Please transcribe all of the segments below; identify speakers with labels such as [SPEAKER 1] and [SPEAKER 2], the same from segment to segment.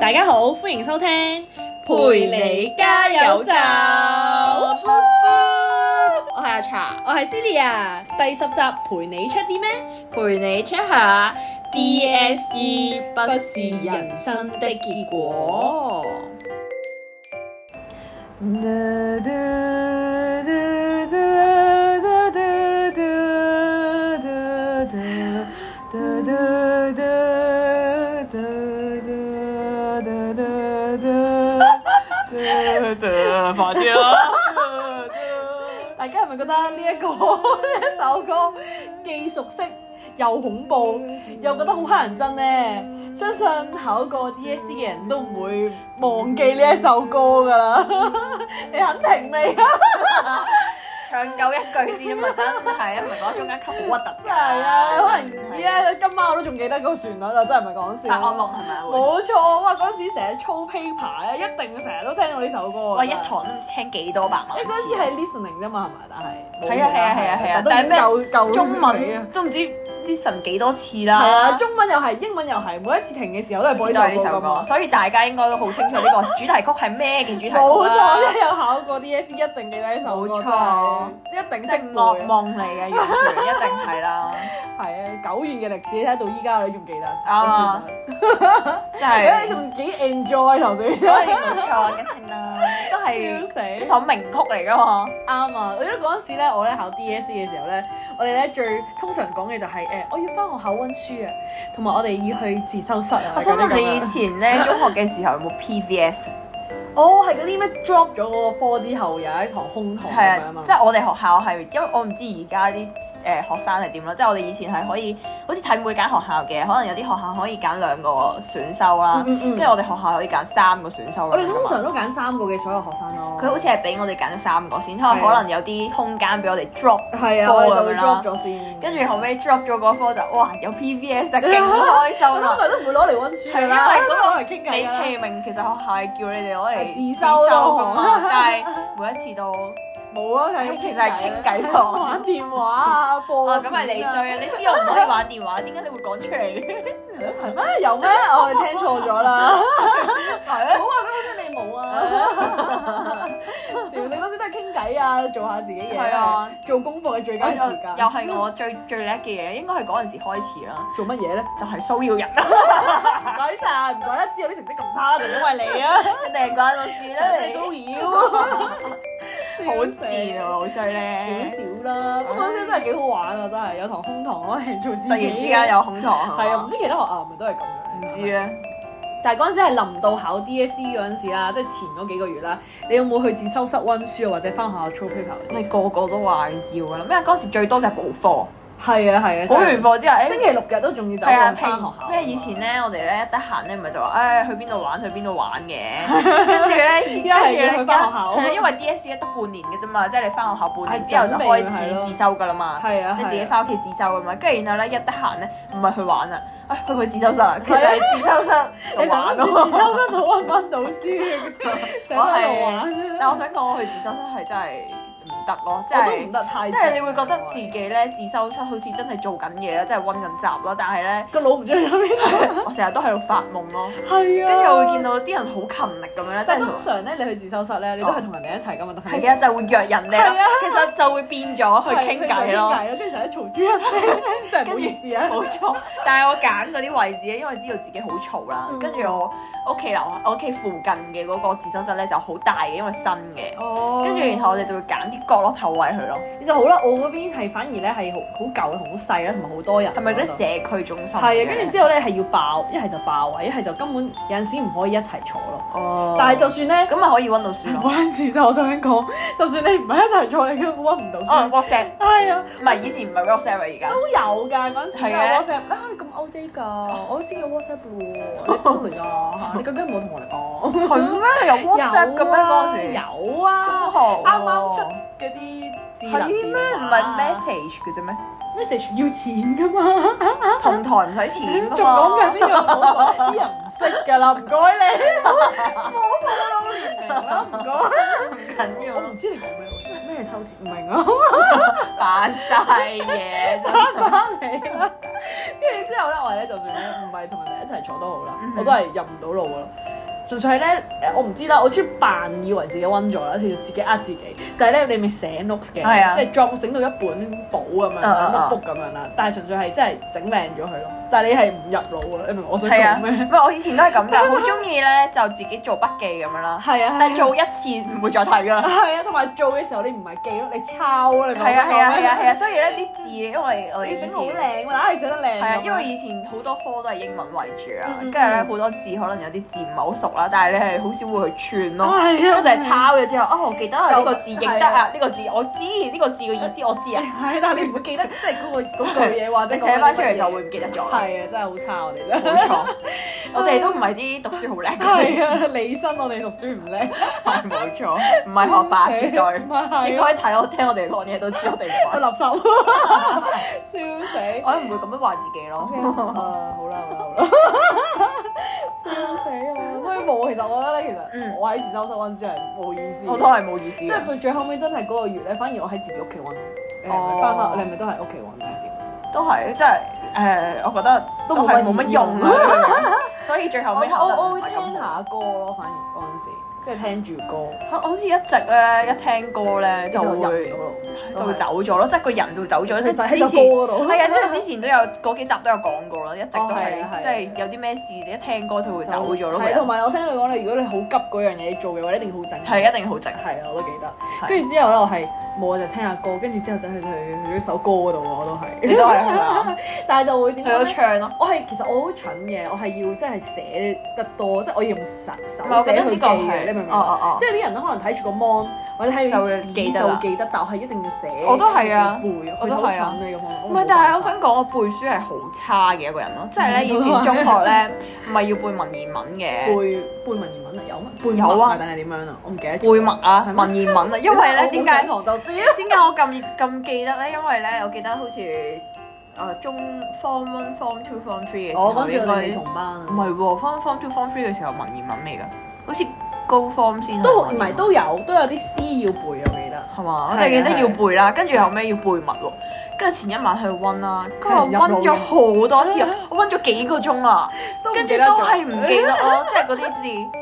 [SPEAKER 1] 大家好，歡迎收聽
[SPEAKER 2] 陪你加油站
[SPEAKER 1] 我係阿茶，
[SPEAKER 2] 我係 Celia，
[SPEAKER 1] 第十集陪你出啲咩？
[SPEAKER 2] 陪你 check 下
[SPEAKER 1] DSE
[SPEAKER 2] DSE
[SPEAKER 1] 不
[SPEAKER 2] 不
[SPEAKER 1] 是
[SPEAKER 2] 是
[SPEAKER 1] 人
[SPEAKER 2] 人
[SPEAKER 1] 生
[SPEAKER 2] 生
[SPEAKER 1] 的
[SPEAKER 2] 的
[SPEAKER 1] 結
[SPEAKER 2] 結
[SPEAKER 1] 果
[SPEAKER 2] 果。
[SPEAKER 3] 快啲啦！
[SPEAKER 1] 大家係咪覺得呢、一個 呢首歌既熟悉又恐怖，又覺得好乞人憎呢？相信考過 DSE 嘅人都唔會忘記呢一首歌噶啦。 你肯停未啊？
[SPEAKER 2] 唱夠一句先 啊嘛，真係啊，唔係講中間級好核突㗎
[SPEAKER 1] 真係
[SPEAKER 2] Ờ,
[SPEAKER 1] 啊，可能而家今晚我都仲記得個旋律啊，真係唔係講
[SPEAKER 2] 發惡
[SPEAKER 1] 笑。
[SPEAKER 2] 夢係咪啊會？
[SPEAKER 1] 冇錯，哇！嗰陣時成日操 paper 咧，一定成日都聽到呢首歌。
[SPEAKER 2] 哇！一堂都聽幾多百萬
[SPEAKER 1] 你
[SPEAKER 2] 次
[SPEAKER 1] 嗰陣時係 listening 啫嘛，係咪？但係
[SPEAKER 2] 係啊係啊係啊係啊，但
[SPEAKER 1] 但
[SPEAKER 2] 係
[SPEAKER 1] 係
[SPEAKER 2] 咩
[SPEAKER 1] 咩夠
[SPEAKER 2] 中
[SPEAKER 1] 啊
[SPEAKER 2] 文？都唔知啲神幾多次
[SPEAKER 1] 係
[SPEAKER 2] 啦。
[SPEAKER 1] 啊，中文又係，英文又係，每一次停嘅時候都係播
[SPEAKER 2] 知道呢
[SPEAKER 1] 呢首
[SPEAKER 2] 首
[SPEAKER 1] 歌㗎
[SPEAKER 2] 歌，
[SPEAKER 1] 嘛。
[SPEAKER 2] 所以大家應該都好清楚呢個主題曲 係咩嘅主題曲
[SPEAKER 1] 冇錯，
[SPEAKER 2] 啦。
[SPEAKER 1] 一有考過 DSE 一定記得呢首歌，
[SPEAKER 2] 冇
[SPEAKER 1] 真
[SPEAKER 2] 錯
[SPEAKER 1] 係一定
[SPEAKER 2] 即
[SPEAKER 1] 識
[SPEAKER 2] 係
[SPEAKER 1] 背
[SPEAKER 2] 噩
[SPEAKER 1] 啊。
[SPEAKER 2] 夢嚟嘅，完全一定 係啦，
[SPEAKER 1] 係啊，久遠嘅歷史，你睇到依家你仲記得
[SPEAKER 2] 啊
[SPEAKER 1] 個旋律
[SPEAKER 2] 真
[SPEAKER 1] 誒哎你
[SPEAKER 2] 係。
[SPEAKER 1] 仲幾 enjoy 頭先。
[SPEAKER 2] 所以冇錯，梗係啦，都係
[SPEAKER 1] 笑死
[SPEAKER 2] 一首名曲嚟噶嘛。
[SPEAKER 1] 啱啊！我記得嗰陣時咧，我咧考 DSE 嘅時候咧，我哋咧最通常講嘅就係、誒、我要翻學校温書啊，同埋我哋要去自修室啊。
[SPEAKER 2] 我想問
[SPEAKER 1] 嗰啲咁
[SPEAKER 2] 你以
[SPEAKER 1] 樣
[SPEAKER 2] 前咧中學嘅時候有冇 PVS？
[SPEAKER 1] 哦，係嗰啲咩 drop 咗嗰個科之後，有一堂空堂咁
[SPEAKER 2] 係
[SPEAKER 1] 樣啊
[SPEAKER 2] 啊
[SPEAKER 1] 嘛，。
[SPEAKER 2] 即係我哋學校係，因為我唔知而家啲誒學生係點啦。即係我哋以前係可以，好似睇每間學校嘅，可能有啲學校可以揀兩個選修啦，
[SPEAKER 1] 嗯嗯嗯
[SPEAKER 2] 跟住我哋學校可以揀三個選修啦。
[SPEAKER 1] 我哋通常都揀三個嘅所有學生咯。
[SPEAKER 2] 佢好似係俾我哋揀咗三個先，因為
[SPEAKER 1] 係啊
[SPEAKER 2] 可能有啲空間俾我哋 drop，
[SPEAKER 1] 係啊，
[SPEAKER 2] 科
[SPEAKER 1] 我哋
[SPEAKER 2] 咁
[SPEAKER 1] 就會
[SPEAKER 2] 樣
[SPEAKER 1] drop
[SPEAKER 2] 啦
[SPEAKER 1] 咗先。
[SPEAKER 2] 跟住後尾 drop 咗嗰科就哇有 PVS 就勁開
[SPEAKER 1] 我
[SPEAKER 2] 心
[SPEAKER 1] 通
[SPEAKER 2] 啦！
[SPEAKER 1] 常都唔會攞嚟温書㗎啦，
[SPEAKER 2] 係因為嗰個
[SPEAKER 1] 攞嚟傾
[SPEAKER 2] 你
[SPEAKER 1] 偈㗎啦
[SPEAKER 2] 期明其實學校係叫你哋攞
[SPEAKER 1] 係
[SPEAKER 2] 嚟
[SPEAKER 1] 自修咯
[SPEAKER 2] 㗎嘛， 但係每一次都
[SPEAKER 1] 冇啊，係
[SPEAKER 2] 其實係傾偈咯
[SPEAKER 1] 玩電話啊，播
[SPEAKER 2] 哦咁係你
[SPEAKER 1] 片啊
[SPEAKER 2] 衰啊！你知我唔可以玩電話，點解你會講出嚟？
[SPEAKER 1] 係咩？有咩？我哋聽錯咗啦。
[SPEAKER 2] 係啊
[SPEAKER 1] 好話俾我聽，你冇 啊！成成嗰時都係傾偈啊，做下自己嘢
[SPEAKER 2] 係啊，
[SPEAKER 1] 做功課嘅最佳
[SPEAKER 2] 我
[SPEAKER 1] 時間。
[SPEAKER 2] 又係我最最叻嘅嘢，應該係嗰陣時開始啦，
[SPEAKER 1] 做乜嘢咧？
[SPEAKER 2] 就係騷擾人，
[SPEAKER 1] 唔該晒，唔怪得知道啲成績咁差啦，就因為你啊，
[SPEAKER 2] 一定係關我事 啦
[SPEAKER 1] 真係
[SPEAKER 2] 你，
[SPEAKER 1] 騷擾，
[SPEAKER 2] 好賤啊，好衰咧！
[SPEAKER 1] 少少啦。不過嗰陣真係幾好玩啊，真係有堂空堂攞嚟做自己。
[SPEAKER 2] 突然之間有恐堂，
[SPEAKER 1] 係啊，啊唔知其他學校係咪都係咁樣？
[SPEAKER 2] 唔知。咧。
[SPEAKER 1] 但係嗰陣時係臨到考 DSE 嗰陣時啦，即係前嗰幾個月啦，你有冇去自修室温書啊，或者翻學校操 paper？
[SPEAKER 2] 我哋個個都話要噶啦，因為嗰時最多就係補課，
[SPEAKER 1] 係啊係啊，
[SPEAKER 2] 補完課之後，誒
[SPEAKER 1] 星期六日都仲要走
[SPEAKER 2] 哎係啊，
[SPEAKER 1] 翻學
[SPEAKER 2] 平
[SPEAKER 1] 校。
[SPEAKER 2] 咩以前咧，我哋咧得閒咧，咪就話哎誒去邊度玩去邊度玩嘅， 跟住咧，跟住
[SPEAKER 1] 一係
[SPEAKER 2] 咧
[SPEAKER 1] 要去返學校
[SPEAKER 2] 係啊因為 DSE 得半年嘅啫嘛，即係你翻學校半年
[SPEAKER 1] 係
[SPEAKER 2] 之後就開
[SPEAKER 1] 準備咪係咯
[SPEAKER 2] 始自修噶啦嘛，
[SPEAKER 1] 係啊係
[SPEAKER 2] 即係
[SPEAKER 1] 啊
[SPEAKER 2] 自己翻屋企自修噶嘛，跟住然後咧一得閒咧，唔係去玩啊，啊去去自修室啊，其實係自修室
[SPEAKER 1] 你
[SPEAKER 2] 度
[SPEAKER 1] 成
[SPEAKER 2] 玩
[SPEAKER 1] 日都自
[SPEAKER 2] 咯。
[SPEAKER 1] 修室度温唔温到書 嘅，成日
[SPEAKER 2] 我
[SPEAKER 1] 喺度
[SPEAKER 2] 係，
[SPEAKER 1] 玩，
[SPEAKER 2] 但我想講我去自修室係真係唔得咯，即
[SPEAKER 1] 我都
[SPEAKER 2] 係
[SPEAKER 1] 唔。得太
[SPEAKER 2] 即
[SPEAKER 1] 正。
[SPEAKER 2] 係你會覺得自己咧自修室好似真係做緊嘢啦，真係温緊習啦，但 係咧
[SPEAKER 1] 啊個腦唔知去咗邊度。
[SPEAKER 2] 我成日都喺度發夢咯，
[SPEAKER 1] 係啊，
[SPEAKER 2] 跟住會見。到啲人好勤力咁樣咧，即
[SPEAKER 1] 但
[SPEAKER 2] 係
[SPEAKER 1] 係通
[SPEAKER 2] 同
[SPEAKER 1] 常咧，你去自修室咧，你都係同人哋一齊噶嘛，但係
[SPEAKER 2] 係啊，就會約人哋
[SPEAKER 1] 係啊
[SPEAKER 2] 啦，其實就會變咗啊去傾偈
[SPEAKER 1] 傾
[SPEAKER 2] 咯，
[SPEAKER 1] 偈咯，跟住成日嘈住人哋，真係唔好意思啊。
[SPEAKER 2] 冇錯。但係我揀嗰啲位置咧，因為知道自己好嘈啦
[SPEAKER 1] 嗯，
[SPEAKER 2] 跟住我屋企樓下、我屋企附近嘅嗰個自修室咧就好大嘅，因為新嘅。
[SPEAKER 1] 哦
[SPEAKER 2] 跟住然後我哋就會揀啲角落頭位去咯，
[SPEAKER 1] 其實好啦，我嗰邊係反而咧係好好舊、好細啦，同埋好多人。
[SPEAKER 2] 係咪嗰啲社區中心？
[SPEAKER 1] 哦係啊，跟住之後咧係要爆，一係就爆位，一係就根本有陣時唔可以一齊坐咯。
[SPEAKER 2] 哦，
[SPEAKER 1] 但係就算咧，
[SPEAKER 2] 咁咪可以温到書咯。
[SPEAKER 1] 嗰陣時就我想講，就算你唔係一齊坐，你都温唔到
[SPEAKER 2] 哦
[SPEAKER 1] 書。
[SPEAKER 2] WhatsApp
[SPEAKER 1] 係啊，
[SPEAKER 2] 唔係以前唔係 WhatsApp 啊，而家
[SPEAKER 1] 都有㗎嗰陣時
[SPEAKER 2] 係
[SPEAKER 1] 有
[SPEAKER 2] 嘅
[SPEAKER 1] WhatsApp 啊，你咁 out date 㗎，哦我先有 WhatsApp 喎，你邊度嚟㗎？你究竟有冇同我哋講？
[SPEAKER 2] 係咩？有 WhatsApp 嘅咩嗰陣
[SPEAKER 1] 啊
[SPEAKER 2] 時？
[SPEAKER 1] 有啊，
[SPEAKER 2] 中學喎
[SPEAKER 1] 啱啊啱出嗰啲智能
[SPEAKER 2] 係咩？唔
[SPEAKER 1] 電
[SPEAKER 2] 係
[SPEAKER 1] 話
[SPEAKER 2] message 嘅啫咩？
[SPEAKER 1] message 要錢㗎 嘛？
[SPEAKER 2] 同台唔使錢哦
[SPEAKER 1] 仲講緊呢個唔好講，啲人唔識㗎啦，唔該你，冇冇收年齡啦，唔該。
[SPEAKER 2] 緊要
[SPEAKER 1] 我唔知你講咩，我真係咩收錢唔明啊。
[SPEAKER 2] 扮晒 嘢，
[SPEAKER 1] 翻嚟啦。跟住之後咧，我咧就算咧唔係同人哋一齊坐都好啦，
[SPEAKER 2] 嗯
[SPEAKER 1] 我都係入唔到路噶啦。純粹係咧，誒我唔知啦，我中意扮以為自己温咗啦，其實自己呃自己，就係、咧你咪寫 notes 嘅，
[SPEAKER 2] 係啊
[SPEAKER 1] 即係作整到一本簿咁樣
[SPEAKER 2] 啊啊啊
[SPEAKER 1] notebook 咁樣啦，但係純粹係真係整靚咗佢咯，但係你係唔入腦啊，你明唔明我想
[SPEAKER 2] 係啊，
[SPEAKER 1] 講
[SPEAKER 2] 唔
[SPEAKER 1] 咩？
[SPEAKER 2] 係我以前都係咁 㗎，好中意咧就自己做筆記咁樣啦，
[SPEAKER 1] 係啊，
[SPEAKER 2] 但係做一次唔會再睇㗎 啦。
[SPEAKER 1] 係啊，同埋做嘅時候你唔係記咯，你抄咯，你明唔明我
[SPEAKER 2] 係啊
[SPEAKER 1] 想
[SPEAKER 2] 係啊
[SPEAKER 1] 講
[SPEAKER 2] 係
[SPEAKER 1] 咩
[SPEAKER 2] 啊係啊，所以咧啲字，因為我哋
[SPEAKER 1] 你
[SPEAKER 2] 以前
[SPEAKER 1] 整好靚喎，硬係寫得靚咁樣。
[SPEAKER 2] 係啊，因為以前好多科都係英文為主啊，
[SPEAKER 1] 嗯嗯
[SPEAKER 2] 跟住咧好多字可能有啲字唔係好熟啦，但係你係好少會去串咯。
[SPEAKER 1] 係啊
[SPEAKER 2] 我就係抄咗之後，哦，我記得啊
[SPEAKER 1] 就
[SPEAKER 2] 呢個字認得啊，呢個字我知，呢個字嘅意思我知啊，
[SPEAKER 1] 係，但係你唔會記得即係嗰個嗰句嘢 或者
[SPEAKER 2] 你
[SPEAKER 1] 講緊
[SPEAKER 2] 寫翻出
[SPEAKER 1] 乜
[SPEAKER 2] 嚟
[SPEAKER 1] 嘢
[SPEAKER 2] 就會唔記得咗。
[SPEAKER 1] 係啊，真係好差我哋真
[SPEAKER 2] 冇
[SPEAKER 1] 係。
[SPEAKER 2] 錯， 我哋都唔係啲讀書好叻嘅，
[SPEAKER 1] 係啊，理身我哋讀書唔叻，
[SPEAKER 2] 係冇錯，唔係學霸絕對。
[SPEAKER 1] 唔係
[SPEAKER 2] 應該睇我聽我哋講嘢都知我哋唔
[SPEAKER 1] 個
[SPEAKER 2] 係
[SPEAKER 1] 垃圾， 笑死。
[SPEAKER 2] 我都唔會咁樣話自己咯。
[SPEAKER 1] 啊，好啦好啦好啦， 笑死我！所以冇，其實我覺得咧，其實
[SPEAKER 2] 嗯
[SPEAKER 1] 我喺自修室温書係冇意思嘅，
[SPEAKER 2] 我都係冇意思
[SPEAKER 1] 即係
[SPEAKER 2] 嘅，
[SPEAKER 1] 到最後尾真係嗰個月咧，反而我喺自己屋企温。你係咪
[SPEAKER 2] 哦
[SPEAKER 1] 翻學，你係咪都喺屋企温定係點？啊
[SPEAKER 2] 都係即係誒，我覺得
[SPEAKER 1] 都
[SPEAKER 2] 都
[SPEAKER 1] 冇
[SPEAKER 2] 係
[SPEAKER 1] 乜
[SPEAKER 2] 冇乜
[SPEAKER 1] 意義
[SPEAKER 2] 用啊。 所以最後
[SPEAKER 1] 我
[SPEAKER 2] 尾考得
[SPEAKER 1] 我我
[SPEAKER 2] 唔
[SPEAKER 1] 會
[SPEAKER 2] 係咁
[SPEAKER 1] 聽
[SPEAKER 2] 好
[SPEAKER 1] 下歌咯，反而嗰陣時即係聽住歌
[SPEAKER 2] 我好似一直咧一聽歌咧就
[SPEAKER 1] 入
[SPEAKER 2] 會
[SPEAKER 1] 咗咯，
[SPEAKER 2] 就會走咗咯，即係個人就會走咗。即
[SPEAKER 1] 就
[SPEAKER 2] 係
[SPEAKER 1] 喺
[SPEAKER 2] 之
[SPEAKER 1] 首
[SPEAKER 2] 前
[SPEAKER 1] 歌嗰度。
[SPEAKER 2] 係啊，即係之前都有嗰幾集都有講過啦，一直都
[SPEAKER 1] 哦係
[SPEAKER 2] 係
[SPEAKER 1] 啊係啊
[SPEAKER 2] 即係有啲咩事你一聽歌就會走咗咯。個
[SPEAKER 1] 係同
[SPEAKER 2] 人
[SPEAKER 1] 埋我聽佢講，你如果你好急嗰樣嘢要做嘅話，你一定好整。
[SPEAKER 2] 係一定好直。
[SPEAKER 1] 係啊，我都記得。
[SPEAKER 2] 係
[SPEAKER 1] 跟住之後咧，我係冇我就聽下歌，跟住之後就去去去咗首歌嗰度喎，我都
[SPEAKER 2] 你
[SPEAKER 1] 係。
[SPEAKER 2] 都係啊係嘛？
[SPEAKER 1] 但係就會點
[SPEAKER 2] 佢
[SPEAKER 1] 講
[SPEAKER 2] 都
[SPEAKER 1] 咧？
[SPEAKER 2] 唱咯。
[SPEAKER 1] 我係其實我好蠢嘅，我係要真係寫得多，即係我要用手手
[SPEAKER 2] 唔係我覺
[SPEAKER 1] 寫
[SPEAKER 2] 得
[SPEAKER 1] 去
[SPEAKER 2] 呢
[SPEAKER 1] 記
[SPEAKER 2] 個
[SPEAKER 1] 嘅，
[SPEAKER 2] 係
[SPEAKER 1] 你明唔明
[SPEAKER 2] 哦
[SPEAKER 1] 啊？
[SPEAKER 2] 哦哦，
[SPEAKER 1] 即係有啲人咧可能睇住個 mon 或者睇
[SPEAKER 2] 就
[SPEAKER 1] 住
[SPEAKER 2] 會
[SPEAKER 1] 紙
[SPEAKER 2] 記得
[SPEAKER 1] 就
[SPEAKER 2] 啦
[SPEAKER 1] 記得，但我係一定要寫，
[SPEAKER 2] 我都係啊
[SPEAKER 1] 一定要背，
[SPEAKER 2] 我都
[SPEAKER 1] 其實
[SPEAKER 2] 係啊
[SPEAKER 1] 好蠢你咁樣。
[SPEAKER 2] 唔係，但係我
[SPEAKER 1] 冇辦法
[SPEAKER 2] 想講，我背書係好差嘅一個人咯，即係咧
[SPEAKER 1] 嗯
[SPEAKER 2] 以前中學咧唔係要背文言文嘅，
[SPEAKER 1] 背背文言文啊，有咩？背
[SPEAKER 2] 有
[SPEAKER 1] 默
[SPEAKER 2] 啊
[SPEAKER 1] 定係點樣啊？我唔記得咗。
[SPEAKER 2] 背默啊
[SPEAKER 1] 係咩
[SPEAKER 2] 文言 文啊，因為咧點
[SPEAKER 1] 我冇上
[SPEAKER 2] 解
[SPEAKER 1] 堂就知
[SPEAKER 2] 點解我咁咁記得咧？因為咧我記得好似誒中 form one、form two、form three 嘅時候，
[SPEAKER 1] 我嗰次我哋未
[SPEAKER 2] 應
[SPEAKER 1] 同班啊
[SPEAKER 2] 該唔係喎，form one form two、form three 嘅時候文言文未㗎，好似高 form 先係啊
[SPEAKER 1] 都唔
[SPEAKER 2] 文言
[SPEAKER 1] 係
[SPEAKER 2] 文
[SPEAKER 1] 都有都有啲詩要背，我記得。
[SPEAKER 2] 係嘛？我
[SPEAKER 1] 係啊
[SPEAKER 2] 就記得
[SPEAKER 1] 係啊
[SPEAKER 2] 要背啦，跟住後尾要背默喎，跟住前一晚去温啦，跟住我
[SPEAKER 1] 係入腦
[SPEAKER 2] 温
[SPEAKER 1] 嘅
[SPEAKER 2] 咗好多次啊，我温咗幾個鐘啊啦，跟住都係唔記得咯，即係嗰啲字，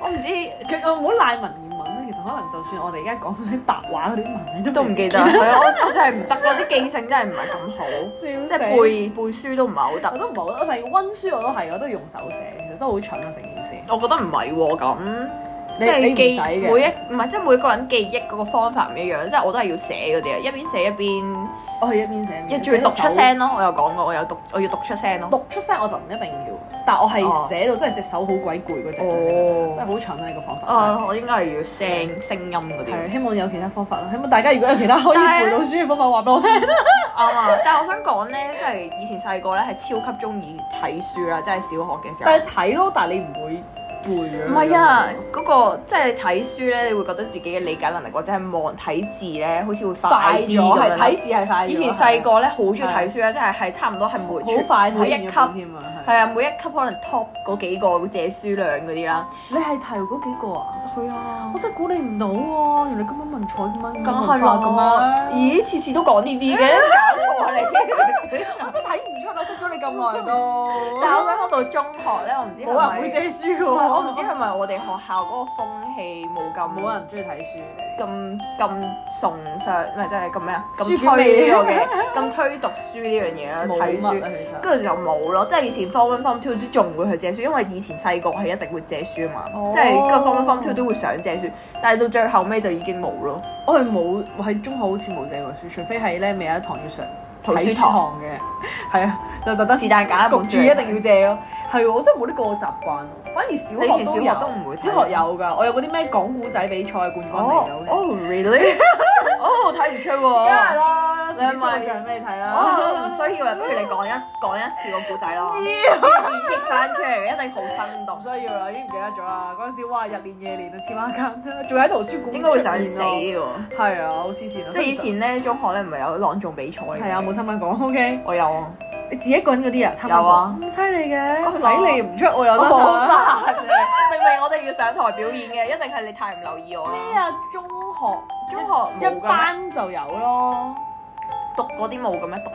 [SPEAKER 2] 我唔知
[SPEAKER 1] 佢我唔好賴文言文咧，其實可能就算我哋而家講緊啲白話嗰啲文咧，
[SPEAKER 2] 都唔記得，係啊，我我真係唔得咯，啲記性真係唔係咁好，
[SPEAKER 1] 笑死
[SPEAKER 2] 即係背背書都唔係好
[SPEAKER 1] 我
[SPEAKER 2] 得。
[SPEAKER 1] 都唔好，我係温書我都係，我都用手寫，其實都好蠢啊成件事。
[SPEAKER 2] 我覺得唔係喎，咁即
[SPEAKER 1] 你你
[SPEAKER 2] 係
[SPEAKER 1] 唔
[SPEAKER 2] 記
[SPEAKER 1] 使嘅
[SPEAKER 2] 每一唔係即係每個人記憶嗰個方法唔一樣，即係我都係要寫嗰啲啊，一邊寫一邊
[SPEAKER 1] 我係一邊寫，
[SPEAKER 2] 一
[SPEAKER 1] 邊
[SPEAKER 2] 仲要讀出
[SPEAKER 1] 寫
[SPEAKER 2] 聲咯，我有講過，我有讀我要讀出聲咯
[SPEAKER 1] 到手，。讀出聲我就唔一定要，但我係
[SPEAKER 2] 哦
[SPEAKER 1] 寫到真係隻手好鬼攰嗰只，
[SPEAKER 2] 哦
[SPEAKER 1] 你明唔明啊真係好蠢啊！呢個方法真係。
[SPEAKER 2] 啊！我應該係要聲聲音嗰啲。
[SPEAKER 1] 係希望有其他方法啦，希望大家如果有其他可以
[SPEAKER 2] 但係
[SPEAKER 1] 背到書嘅方法，話俾我聽。
[SPEAKER 2] 啱啊！但係我想講咧，即係以前細個咧係超級中意睇書啦，即係小學嘅時候
[SPEAKER 1] 但。係睇咯，但係你唔會背嘅。
[SPEAKER 2] 唔係啊，嗰、個即係你睇書咧，你會覺得自己嘅理解能力或者係望睇字咧，好似會快
[SPEAKER 1] 快咗
[SPEAKER 2] 啲咁
[SPEAKER 1] 係
[SPEAKER 2] 樣啦。
[SPEAKER 1] 睇字係快咗。
[SPEAKER 2] 以前細個咧好中意睇書咧，啊即係係差唔多係每
[SPEAKER 1] 好快睇
[SPEAKER 2] 每
[SPEAKER 1] 完
[SPEAKER 2] 一級
[SPEAKER 1] 本添啊，係
[SPEAKER 2] 係啊，每一級可能 top 嗰幾個會借書量嗰啲啦。
[SPEAKER 1] 你係提嗰幾個啊？
[SPEAKER 2] 係啊
[SPEAKER 1] 我真係估你唔到喎，原來根本文采點樣
[SPEAKER 2] 梗啊係
[SPEAKER 1] 文化咁啊
[SPEAKER 2] 啦
[SPEAKER 1] 樣。，咦？
[SPEAKER 2] 咦，次次都講呢啲嘅， 搞錯啊你！
[SPEAKER 1] 我真係睇唔出，啊我識咗你咁耐都。
[SPEAKER 2] 但係我想講到中學咧，我唔知係咪
[SPEAKER 1] 冇人會借書喎，
[SPEAKER 2] 我唔知係咪我哋學校嗰個風氣冇咁
[SPEAKER 1] 冇人中意睇書嘅。
[SPEAKER 2] 咁咁崇尚，唔係即係咁咩啊？
[SPEAKER 1] 書
[SPEAKER 2] 咁
[SPEAKER 1] 卷味
[SPEAKER 2] 推呢個嘅， 咁推讀書呢樣嘢啦，
[SPEAKER 1] 冇
[SPEAKER 2] 睇
[SPEAKER 1] 乜啊
[SPEAKER 2] 書。
[SPEAKER 1] 其實。
[SPEAKER 2] 跟住就冇咯，即係以前 form one form two 都仲會去借書，因為以前細個係一直會借書啊嘛，
[SPEAKER 1] 哦
[SPEAKER 2] 即係個 form one form two 都會想借書，但係到最後尾就已經冇咯。
[SPEAKER 1] 我係冇，我喺中學好似冇借過書，除非係咧未有一堂要上
[SPEAKER 2] 圖書
[SPEAKER 1] 睇書堂嘅，係啊，就特登
[SPEAKER 2] 是但揀一本
[SPEAKER 1] 焗
[SPEAKER 2] 書
[SPEAKER 1] 住一定要借咯。係喎，我真係冇呢個習慣喎。反而小
[SPEAKER 2] 你以
[SPEAKER 1] 學
[SPEAKER 2] 前
[SPEAKER 1] 都
[SPEAKER 2] 小學
[SPEAKER 1] 有，
[SPEAKER 2] 都唔會睇
[SPEAKER 1] 小學有㗎，我有嗰啲咩講古仔比賽冠軍嚟
[SPEAKER 2] 哦
[SPEAKER 1] 到嘅。
[SPEAKER 2] 哦，really？哦， 睇唔出
[SPEAKER 1] 梗係
[SPEAKER 2] 喎。
[SPEAKER 1] 啦，
[SPEAKER 2] 你
[SPEAKER 1] 自己
[SPEAKER 2] 咪
[SPEAKER 1] 上去唱俾你睇
[SPEAKER 2] 哦，唔
[SPEAKER 1] 啦。
[SPEAKER 2] 需要啦，不如你講一講一次個故仔 咯，
[SPEAKER 1] 唔
[SPEAKER 2] 演繹翻出嚟一定好生動
[SPEAKER 1] 唔。需要啦，已經唔記得咗啦。嗰陣時哇，日練夜練啊，黐孖筋，仲喺圖書館
[SPEAKER 2] 應該會
[SPEAKER 1] 出
[SPEAKER 2] 想
[SPEAKER 1] 現
[SPEAKER 2] 死
[SPEAKER 1] 咯。
[SPEAKER 2] 喎！
[SPEAKER 1] 係啊，好黐線啊！
[SPEAKER 2] 即係以前咧，中學咧唔係有朗誦比賽嘅
[SPEAKER 1] 係啊，冇新聞講，OK。
[SPEAKER 2] 我有啊，
[SPEAKER 1] 你自己一個人嗰啲啊，參加
[SPEAKER 2] 有啊
[SPEAKER 1] 過咁犀利嘅，
[SPEAKER 2] 講
[SPEAKER 1] 睇你唔出我有
[SPEAKER 2] 我
[SPEAKER 1] 得
[SPEAKER 2] 好煩
[SPEAKER 1] 睇。
[SPEAKER 2] 啊！明明我哋要上台表演嘅，一定係你太唔留意我啦。
[SPEAKER 1] 咩啊？中學
[SPEAKER 2] 啊中學冇
[SPEAKER 1] 一
[SPEAKER 2] 㗎咩
[SPEAKER 1] 班就有咯，
[SPEAKER 2] 讀嗰啲冇咁樣讀。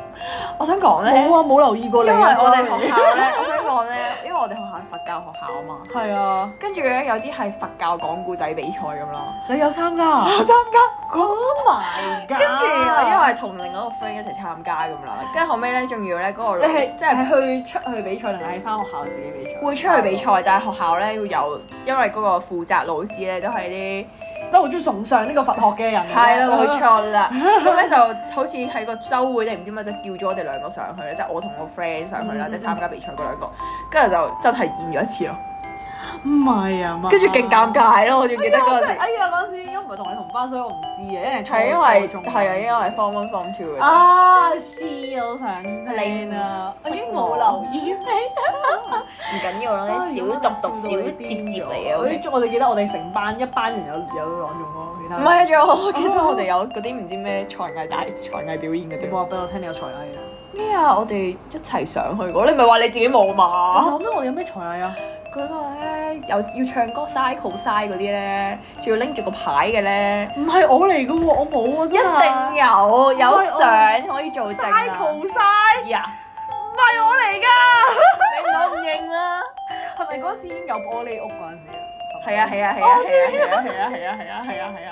[SPEAKER 2] 我想講咧，
[SPEAKER 1] 冇啊，冇留意過
[SPEAKER 2] 因
[SPEAKER 1] 你
[SPEAKER 2] 為
[SPEAKER 1] 啊，
[SPEAKER 2] 我哋
[SPEAKER 1] sorry
[SPEAKER 2] 學校咧， 我想講咧，因為我哋學校係佛教學校啊嘛，
[SPEAKER 1] 係啊，
[SPEAKER 2] 跟住咧有啲係佛教講故仔比賽咁啦。
[SPEAKER 1] 你有參加？
[SPEAKER 3] 我參加，Oh my god！
[SPEAKER 2] 跟住因為同另外一個 friend 一齊參加咁啦，跟住後尾咧仲要咧嗰個
[SPEAKER 1] 你係即係去出去比賽，定係喺翻學校自己比賽？
[SPEAKER 2] 會出去比賽，但係學校咧會有，因為嗰個負責老師咧都係啲。
[SPEAKER 1] 都好中意崇尚呢個佛學嘅人嚟嘅。
[SPEAKER 2] 係啦，冇錯啦。咁咧就好似喺個周會定唔知乜，就叫咗我哋兩個上去咧，即係我同我 friend 上去啦，
[SPEAKER 1] 嗯
[SPEAKER 2] 即係參加比賽嗰兩個。跟住就真係驗咗一次咯，
[SPEAKER 1] 唔係啊嘛。
[SPEAKER 2] 跟住勁尷尬咯，我仲記得嗰陣時。
[SPEAKER 1] 哎呀，嗰陣時應該唔係同你同班，所以我唔知嘅，因為初
[SPEAKER 2] 係因為
[SPEAKER 1] 初中
[SPEAKER 2] 係啊，因為 form one form two 嘅。
[SPEAKER 1] 啊，She 好想聽啊，我已經冇留意。
[SPEAKER 2] 唔緊
[SPEAKER 1] 啊
[SPEAKER 2] 要啦，你小讀讀小接接嚟啊嘅
[SPEAKER 1] 我
[SPEAKER 2] OK。
[SPEAKER 1] 啲我哋記得我哋成班一班人有有朗誦咯，其他
[SPEAKER 2] 唔係啊，仲有我記得我哋有嗰啲唔知咩才藝大才藝表演嗰
[SPEAKER 1] 你冇
[SPEAKER 2] 啲。
[SPEAKER 1] 話俾我聽你有才藝啊？
[SPEAKER 2] 咩啊？我哋一齊上去過，你唔係話你自己冇嘛？
[SPEAKER 1] 我諗到我哋有咩才藝啊？
[SPEAKER 2] 嗰個咧有要唱歌 cycle side 嗰啲咧，仲要拎住個牌嘅咧，
[SPEAKER 1] 唔係我嚟噶喎，我冇啊，
[SPEAKER 2] 一定
[SPEAKER 1] 真係。
[SPEAKER 2] 有有
[SPEAKER 1] 我
[SPEAKER 2] 相可以做證啊
[SPEAKER 1] cycle 晒，
[SPEAKER 2] 呀！
[SPEAKER 1] 唔係我嚟㗎。
[SPEAKER 2] 你唔好唔認啦。
[SPEAKER 1] 係咪嗰陣時已經有玻璃屋嗰陣時啊？
[SPEAKER 2] 係啊係啊係啊
[SPEAKER 1] 我知
[SPEAKER 2] 係啊！
[SPEAKER 3] 係啊係啊係啊係啊係啊！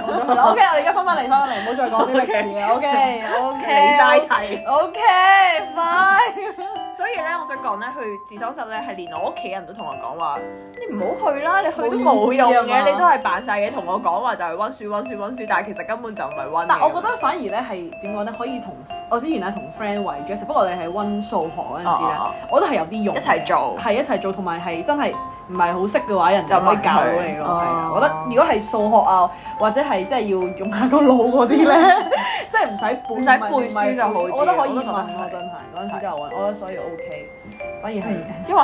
[SPEAKER 1] 講咗佢啦。OK，我哋而家翻返嚟，翻返嚟，唔好再講啲歷史啦。OK，OK，
[SPEAKER 2] 離晒題。
[SPEAKER 1] OK，快。
[SPEAKER 2] 所以咧，我想講咧，去自修室咧係連我屋企人都同我講話，你唔好去啦，你去都冇
[SPEAKER 1] 冇
[SPEAKER 2] 用
[SPEAKER 1] 意思啊嘛
[SPEAKER 2] 嘅，你都係扮晒嘢同我講話就係温書温書温書，但係其實根本就唔係温。
[SPEAKER 1] 但我覺得反而咧係點講咧，可以同我之前咧同 friend 圍住一齊，不過我哋係温數學嗰陣時咧
[SPEAKER 2] 哦哦，
[SPEAKER 1] 我覺得係有啲用嘅。
[SPEAKER 2] 一齊做
[SPEAKER 1] 係一齊做，同埋係真係唔係好識嘅話，人就可以教到你咯。係
[SPEAKER 2] 就問佢
[SPEAKER 1] 啊
[SPEAKER 2] 哦，
[SPEAKER 1] 我覺得如果係數學啊，或者係即係要用下個腦嗰啲咧， 即係唔使背
[SPEAKER 2] 唔使背書
[SPEAKER 1] 唔係
[SPEAKER 2] 就好啲
[SPEAKER 1] 我覺得可以
[SPEAKER 2] 我都覺
[SPEAKER 1] 問
[SPEAKER 2] 得
[SPEAKER 1] 咯
[SPEAKER 2] 係，
[SPEAKER 1] 真係嗰陣時就揾，我覺得所以 OK，反而係。
[SPEAKER 2] 因為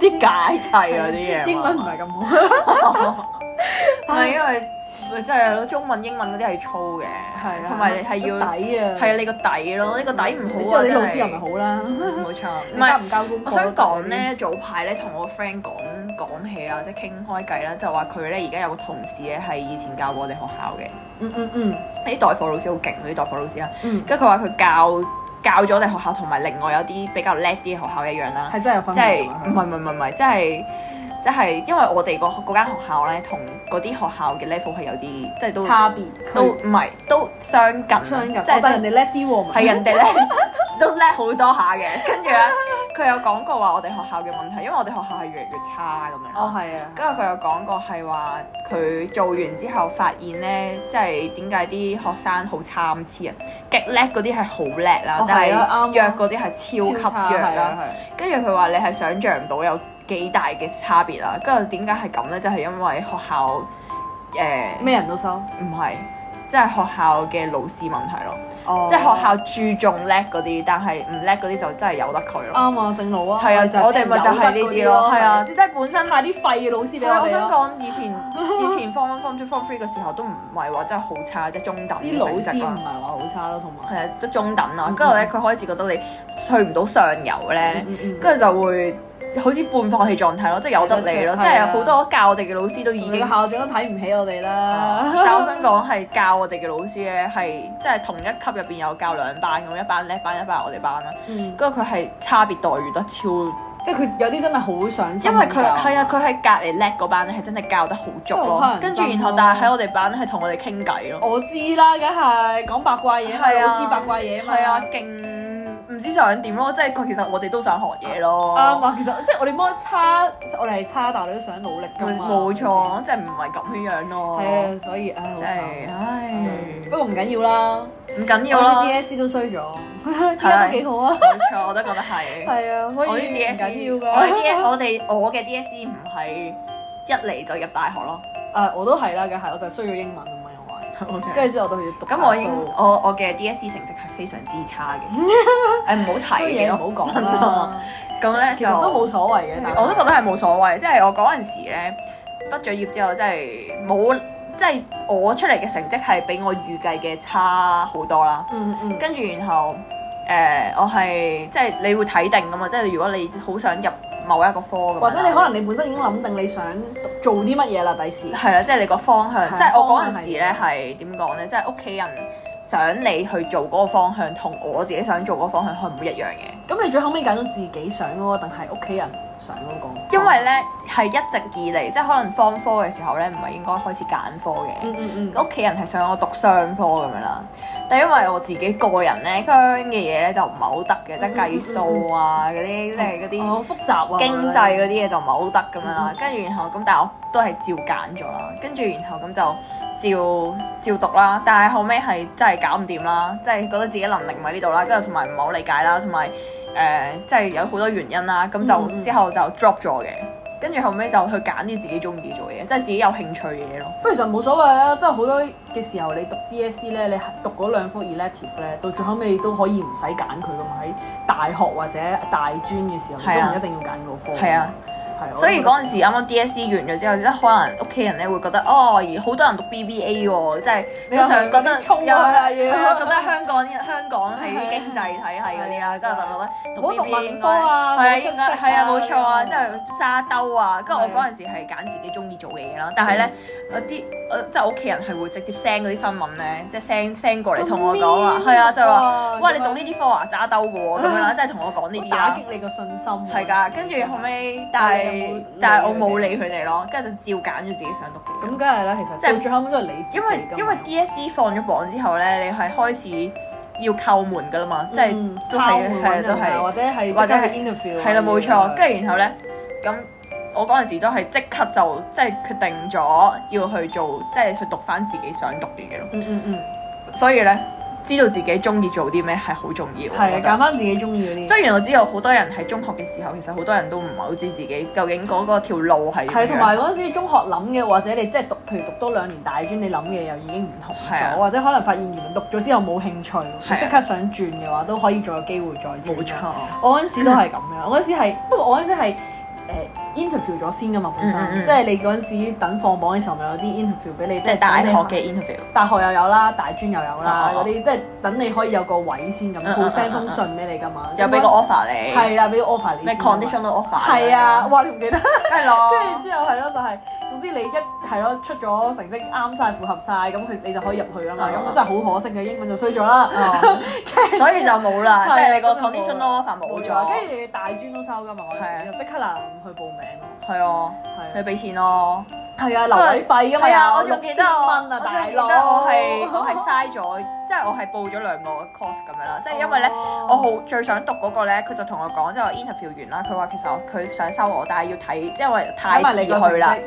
[SPEAKER 2] 啲解題嗰啲嘢嘛，
[SPEAKER 1] 英文唔係咁好，
[SPEAKER 2] 唔 係因為咪真係咯，中文、英文嗰啲係粗嘅， 係同埋你係要
[SPEAKER 1] 底啊，
[SPEAKER 2] 係你個底咯，呢個底唔好
[SPEAKER 1] 你
[SPEAKER 2] 啊
[SPEAKER 1] 知道啲老師又
[SPEAKER 2] 真係
[SPEAKER 1] 唔係好啦，
[SPEAKER 2] 冇錯，唔
[SPEAKER 1] 你交
[SPEAKER 2] 係
[SPEAKER 1] 唔交功課
[SPEAKER 2] 我想講，咧，早排咧同我 friend 講講起啊啦，即係傾開偈啦，就話佢咧而家有個同事咧係以前教過我哋學校嘅，
[SPEAKER 1] 嗯嗯嗯
[SPEAKER 2] 啲代課老師好勁嗰啲代課老師啦，
[SPEAKER 1] 嗯，
[SPEAKER 2] 跟住佢話佢教教咗我哋學校同埋另外有啲比較叻啲嘅學校一樣啦，
[SPEAKER 1] 啊係真係有分
[SPEAKER 2] 即係
[SPEAKER 1] 別㗎
[SPEAKER 2] 唔
[SPEAKER 1] 嘛
[SPEAKER 2] 係唔係唔係唔係，即係即係因為我哋個嗰間學校咧，同嗰啲學校嘅 level 係有啲即係都
[SPEAKER 1] 差別
[SPEAKER 2] 都唔係都相近啊，
[SPEAKER 1] 相近，
[SPEAKER 2] 即
[SPEAKER 1] 我
[SPEAKER 2] 係都
[SPEAKER 1] 但人哋叻啲喎，
[SPEAKER 2] 係人哋咧 都叻好多下嘅。跟住咧，佢有講過話我哋學校嘅問題，因為我哋學校係越嚟越差咁樣。
[SPEAKER 1] 哦係啊，
[SPEAKER 2] 跟住佢有講過係話佢做完之後發現咧，即係點解啲學生好參差啊？極叻嗰啲係好叻啦
[SPEAKER 1] 哦，
[SPEAKER 2] 但
[SPEAKER 1] 係啊啱啊
[SPEAKER 2] 係弱嗰啲係超級弱
[SPEAKER 1] 係
[SPEAKER 2] 啦
[SPEAKER 1] 啊。係啊
[SPEAKER 2] 跟住佢話你係想像唔到有幾大嘅差別啦。跟住點解係咁呢？就係、因為學校誒
[SPEAKER 1] 咩人都收，
[SPEAKER 2] 唔係，即係學校嘅老師問題咯。
[SPEAKER 1] 哦
[SPEAKER 2] 即係學校注重叻嗰啲，但係唔叻嗰啲就真係由得佢咯。
[SPEAKER 1] 啱啊，正路啊，
[SPEAKER 2] 係啊，我哋咪就係
[SPEAKER 1] 係
[SPEAKER 2] 呢啲咯。係啊，，即係本身。
[SPEAKER 1] 派啲廢嘅老師俾
[SPEAKER 2] 係
[SPEAKER 1] 我
[SPEAKER 2] 啊我
[SPEAKER 1] 哋
[SPEAKER 2] 想
[SPEAKER 1] 咯，
[SPEAKER 2] 講以 前以前 form one form two form three 嘅時候都唔係話真係好差，即係中等
[SPEAKER 1] 啲老
[SPEAKER 2] 成
[SPEAKER 1] 師
[SPEAKER 2] 績
[SPEAKER 1] 唔
[SPEAKER 2] 啦
[SPEAKER 1] 係話好差咯，同埋
[SPEAKER 2] 係啊，都中等啦。跟住咧，佢開始覺得你去唔到上游咧。
[SPEAKER 1] 嗯嗯嗯
[SPEAKER 2] 跟住就會好似半放棄狀態咯，即係由得你咯，
[SPEAKER 1] 係啊
[SPEAKER 2] 即係好多教我哋嘅老師都已
[SPEAKER 1] 同你
[SPEAKER 2] 經啊
[SPEAKER 1] 個。校長都睇唔起我哋啦。
[SPEAKER 2] 但我想講係教我哋嘅老師咧，係即係同一級入邊有教兩班咁，一班叻班，一班係我哋班啦。
[SPEAKER 1] 嗯，
[SPEAKER 2] 跟住佢係差別待遇得超，
[SPEAKER 1] 即係佢有啲真係好上心，
[SPEAKER 2] 因為佢係啊，，佢係隔離叻嗰班咧係真係教得好足
[SPEAKER 1] 真係好乞人
[SPEAKER 2] 咯
[SPEAKER 1] 憎。
[SPEAKER 2] 跟住然後
[SPEAKER 1] 咯
[SPEAKER 2] 但係喺我哋班咧係同我哋傾偈咯，
[SPEAKER 1] 我知啦，梗係講八卦嘢嘛，
[SPEAKER 2] 係啊
[SPEAKER 1] 老師八卦嘢嘛，
[SPEAKER 2] 係啊，勁唔知想點咯，即係佢其實我哋都想學嘢咯。
[SPEAKER 1] 啱啊，其實即係我哋冇差，我哋係差，但係我哋都想努力噶嘛。
[SPEAKER 2] 冇錯，即係唔係咁樣咯。
[SPEAKER 1] 係啊，所以唉，好
[SPEAKER 2] 即係
[SPEAKER 1] 慘。
[SPEAKER 2] 唉，
[SPEAKER 1] 不過唔緊要啦，
[SPEAKER 2] 唔緊要
[SPEAKER 1] 我
[SPEAKER 2] 啦。
[SPEAKER 1] 啲 DSE E 都 衰咗，而家都幾好啊。
[SPEAKER 2] 冇錯，我都覺得係。
[SPEAKER 1] 係啊，所以
[SPEAKER 2] 我啲
[SPEAKER 1] 唔
[SPEAKER 2] DSE，
[SPEAKER 1] 緊
[SPEAKER 2] 我
[SPEAKER 1] 要㗎。
[SPEAKER 2] 啲 DS 我哋我嘅 DSE 唔係一嚟就入大學咯。
[SPEAKER 1] 誒，我都係啦，梗係，我就係需要英文啊嘛，因為跟住之後我都要讀
[SPEAKER 2] 咁我已
[SPEAKER 1] 下
[SPEAKER 2] 經
[SPEAKER 1] 數
[SPEAKER 2] 我我嘅 DSE 成績係非常之差 嘅，誒唔好提
[SPEAKER 1] 衰嘢
[SPEAKER 2] 嘅，
[SPEAKER 1] 唔好講啦。
[SPEAKER 2] 咁咧
[SPEAKER 1] 其實都冇所謂嘅，但係
[SPEAKER 2] 我都覺得係冇所謂。即係我嗰陣時咧，畢咗業之後，真係冇，即係我出嚟嘅成績係比我預計嘅差好多啦。
[SPEAKER 1] 嗯嗯
[SPEAKER 2] 跟住然後誒、我係即係你會睇定噶嘛，即係如果你好想入某一個科咁樣啦，
[SPEAKER 1] 或者你可能你本身已經諗定你想讀做啲乜嘢啦，第時。
[SPEAKER 2] 係啦，即係你個方向，
[SPEAKER 1] 係
[SPEAKER 2] 即係我嗰
[SPEAKER 1] 方向
[SPEAKER 2] 陣
[SPEAKER 1] 係
[SPEAKER 2] 時咧係點講咧，即係屋企人。想你去做嗰個方向，同我自己想做嗰個方向係唔會一樣嘅。
[SPEAKER 1] 咁你最後尾揀咗自己想嗰個定係屋企人想嗰個？
[SPEAKER 2] 因為咧係一直以嚟，即係可能 form four 嘅時候咧，唔係應該開始揀科嘅。
[SPEAKER 1] 嗯嗯嗯，
[SPEAKER 2] 屋企人係想我讀商科咁樣啦，但因為我自己個人咧，商嘅嘢咧就唔係好得嘅，即係計數啊嗰啲，即係嗰啲
[SPEAKER 1] 好複雜啊，
[SPEAKER 2] 經濟嗰啲嘢就唔係好得咁樣
[SPEAKER 1] 嗯
[SPEAKER 2] 啦。跟住然後咁，但係我都係照揀咗啦。跟住然後咁就照照讀啦。但係後尾係真係搞唔掂啦，即係覺得自己能力唔喺呢度啦，跟住同埋唔係好理解啦，同埋誒即係有好多原因啦。咁就、
[SPEAKER 1] 嗯嗯
[SPEAKER 2] 之後就 drop 咗嘅。跟住後尾就去揀啲自己中意做嘅嘢，即係自己有興趣嘅嘢咯。
[SPEAKER 1] 不過其實冇所謂啊，即係好多嘅時候你讀 DSE 咧，你讀嗰兩科 elective 咧，到最後尾你都可以唔使揀佢噶嘛。喺大學或者大專嘅時候，你
[SPEAKER 2] 係啊
[SPEAKER 1] 都唔一定要揀嗰科。
[SPEAKER 2] 係啊。
[SPEAKER 1] 係啊，
[SPEAKER 2] 所以
[SPEAKER 1] 我都
[SPEAKER 2] 嗰陣時啱啱 DSE 完咗之後，即係可能屋企人咧會覺得哦，而好多人讀 BBA 喎，即係
[SPEAKER 1] 你又
[SPEAKER 2] 通常覺
[SPEAKER 1] 係嗰
[SPEAKER 2] 得
[SPEAKER 1] 啲衝
[SPEAKER 2] 又
[SPEAKER 1] 啊
[SPEAKER 2] 係
[SPEAKER 1] 要
[SPEAKER 2] 係啊覺得香港香港係經濟體系嗰啲啦，跟住就覺得
[SPEAKER 1] 唔好讀
[SPEAKER 2] BBA
[SPEAKER 1] 文科啊
[SPEAKER 2] 應該係啊
[SPEAKER 1] 冇出息啊
[SPEAKER 2] 應該係啊冇錯啊，
[SPEAKER 1] 咁樣
[SPEAKER 2] 即係揸兜啊，跟住我
[SPEAKER 1] 係啊嗯
[SPEAKER 2] 嗰陣時係揀自己中意做嘅嘢啦，但係咧有啲我即係我屋企人係會直接 send 嗰啲新聞咧，即係 send send 過嚟同我講話，
[SPEAKER 1] 咁
[SPEAKER 2] 係啊，就係話
[SPEAKER 1] 哇
[SPEAKER 2] 哇你讀呢啲科啊揸兜嘅喎咁樣啦，即係同我講呢啲啊
[SPEAKER 1] 打
[SPEAKER 2] 啦
[SPEAKER 1] 擊。你個信心喎。
[SPEAKER 2] 係㗎，跟住後尾，但
[SPEAKER 1] 但係你有冇
[SPEAKER 2] 係
[SPEAKER 1] 理
[SPEAKER 2] 但係我
[SPEAKER 1] 佢哋
[SPEAKER 2] 冇理佢哋咯，跟住就照揀咗自己想讀嘅嘢。
[SPEAKER 1] 咁梗係啦，其實
[SPEAKER 2] 即係
[SPEAKER 1] 到最後尾都係啊你自己
[SPEAKER 2] 因為
[SPEAKER 1] 㗎嘛
[SPEAKER 2] 因為 DSE 放咗榜之後咧，你係開始要叩門㗎啦嘛，即
[SPEAKER 1] 嗯
[SPEAKER 2] 係都
[SPEAKER 1] 敲
[SPEAKER 2] 係
[SPEAKER 1] 門
[SPEAKER 2] 係啊
[SPEAKER 1] 揾
[SPEAKER 2] 都
[SPEAKER 1] 人啊或
[SPEAKER 2] 係
[SPEAKER 1] 者係
[SPEAKER 2] 或者係
[SPEAKER 1] 即刻去 interview 啊。
[SPEAKER 2] 係啦冇錯。跟
[SPEAKER 1] 住
[SPEAKER 2] 住然後咧，咁我嗰陣時都係即刻就即係決定咗要去做，即係去讀翻自己想讀嘅嘢咯。
[SPEAKER 1] 嗯嗯嗯，
[SPEAKER 2] 所以咧，知道自己中意做啲咩係好重要。
[SPEAKER 1] 係
[SPEAKER 2] 我
[SPEAKER 1] 啊，
[SPEAKER 2] 覺得
[SPEAKER 1] 揀翻自己中意嗰啲。
[SPEAKER 2] 雖然我知道好多人喺中學嘅時候，其實好多人都唔係好知自己究竟嗰個條路係點樣
[SPEAKER 1] 係，同埋嗰陣時中學諗嘅，或者你即係讀，譬如讀多兩年大專，你諗嘅又已經唔同
[SPEAKER 2] 係啊
[SPEAKER 1] 咗，或者可能發現原來讀咗之後冇興趣，
[SPEAKER 2] 啊
[SPEAKER 1] 你即刻想轉嘅話，都可以仲有機會再轉。
[SPEAKER 2] 冇錯，
[SPEAKER 1] 我嗰陣時都係咁樣，我嗰陣時係，不過我嗰陣時係誒 interview 咗先噶嘛，本身
[SPEAKER 2] 嗯嗯嗯
[SPEAKER 1] 即係你嗰陣時等放榜嘅時候，咪有啲 interview 俾你，
[SPEAKER 2] 即係大學嘅 interview，
[SPEAKER 1] 大學又有啦，大專又有啦，
[SPEAKER 2] 哦哦
[SPEAKER 1] 嗰啲即係等你可以有個位先咁，
[SPEAKER 2] 嗯嗯
[SPEAKER 1] 佢 send
[SPEAKER 2] 嗯
[SPEAKER 1] 封
[SPEAKER 2] 嗯
[SPEAKER 1] 信俾你噶嘛，
[SPEAKER 2] 有俾個 offer 你，
[SPEAKER 1] 係啦，俾個 offer 你
[SPEAKER 2] 咩
[SPEAKER 1] 先㗎嘛
[SPEAKER 2] conditional offer？
[SPEAKER 1] 係啊，，哇！你唔記得？
[SPEAKER 2] 梗係咯，
[SPEAKER 1] 跟住之後係咯，就係、總之你一係咯出咗成績啱晒符合晒，咁佢你就可以入去啦嘛。咁、
[SPEAKER 2] 嗯
[SPEAKER 1] 我真係好可惜嘅，英文就衰咗啦。
[SPEAKER 2] 哦所以就冇啦，
[SPEAKER 1] 係
[SPEAKER 2] 即係你個
[SPEAKER 1] 咁就冇
[SPEAKER 2] conditional offer 冇咗，
[SPEAKER 1] 跟住你大專都收噶嘛，我
[SPEAKER 2] 係啊
[SPEAKER 1] 哋就即刻嗱嗱臨去報名咯。
[SPEAKER 2] 係啊，
[SPEAKER 1] 係
[SPEAKER 2] 你
[SPEAKER 1] 啊
[SPEAKER 2] 俾錢咯，
[SPEAKER 1] 係啊，留位費㗎嘛，
[SPEAKER 2] 係啊，我
[SPEAKER 1] 有
[SPEAKER 2] 仲記得我，
[SPEAKER 1] 6000
[SPEAKER 2] 我
[SPEAKER 1] 蚊啊，
[SPEAKER 2] 仲
[SPEAKER 1] 大
[SPEAKER 2] 記得
[SPEAKER 1] 佬，
[SPEAKER 2] 我係我係嘥咗，即係我係報咗兩個 course 咁樣啦，即係因為咧。我好最想讀嗰個咧，佢就同我講，即係我 interview 完啦，佢話其實我佢想收我，但係要睇，即係因為
[SPEAKER 1] 睇
[SPEAKER 2] 太
[SPEAKER 1] 埋你個
[SPEAKER 2] 遲
[SPEAKER 1] 成
[SPEAKER 2] 去啦，
[SPEAKER 1] 績，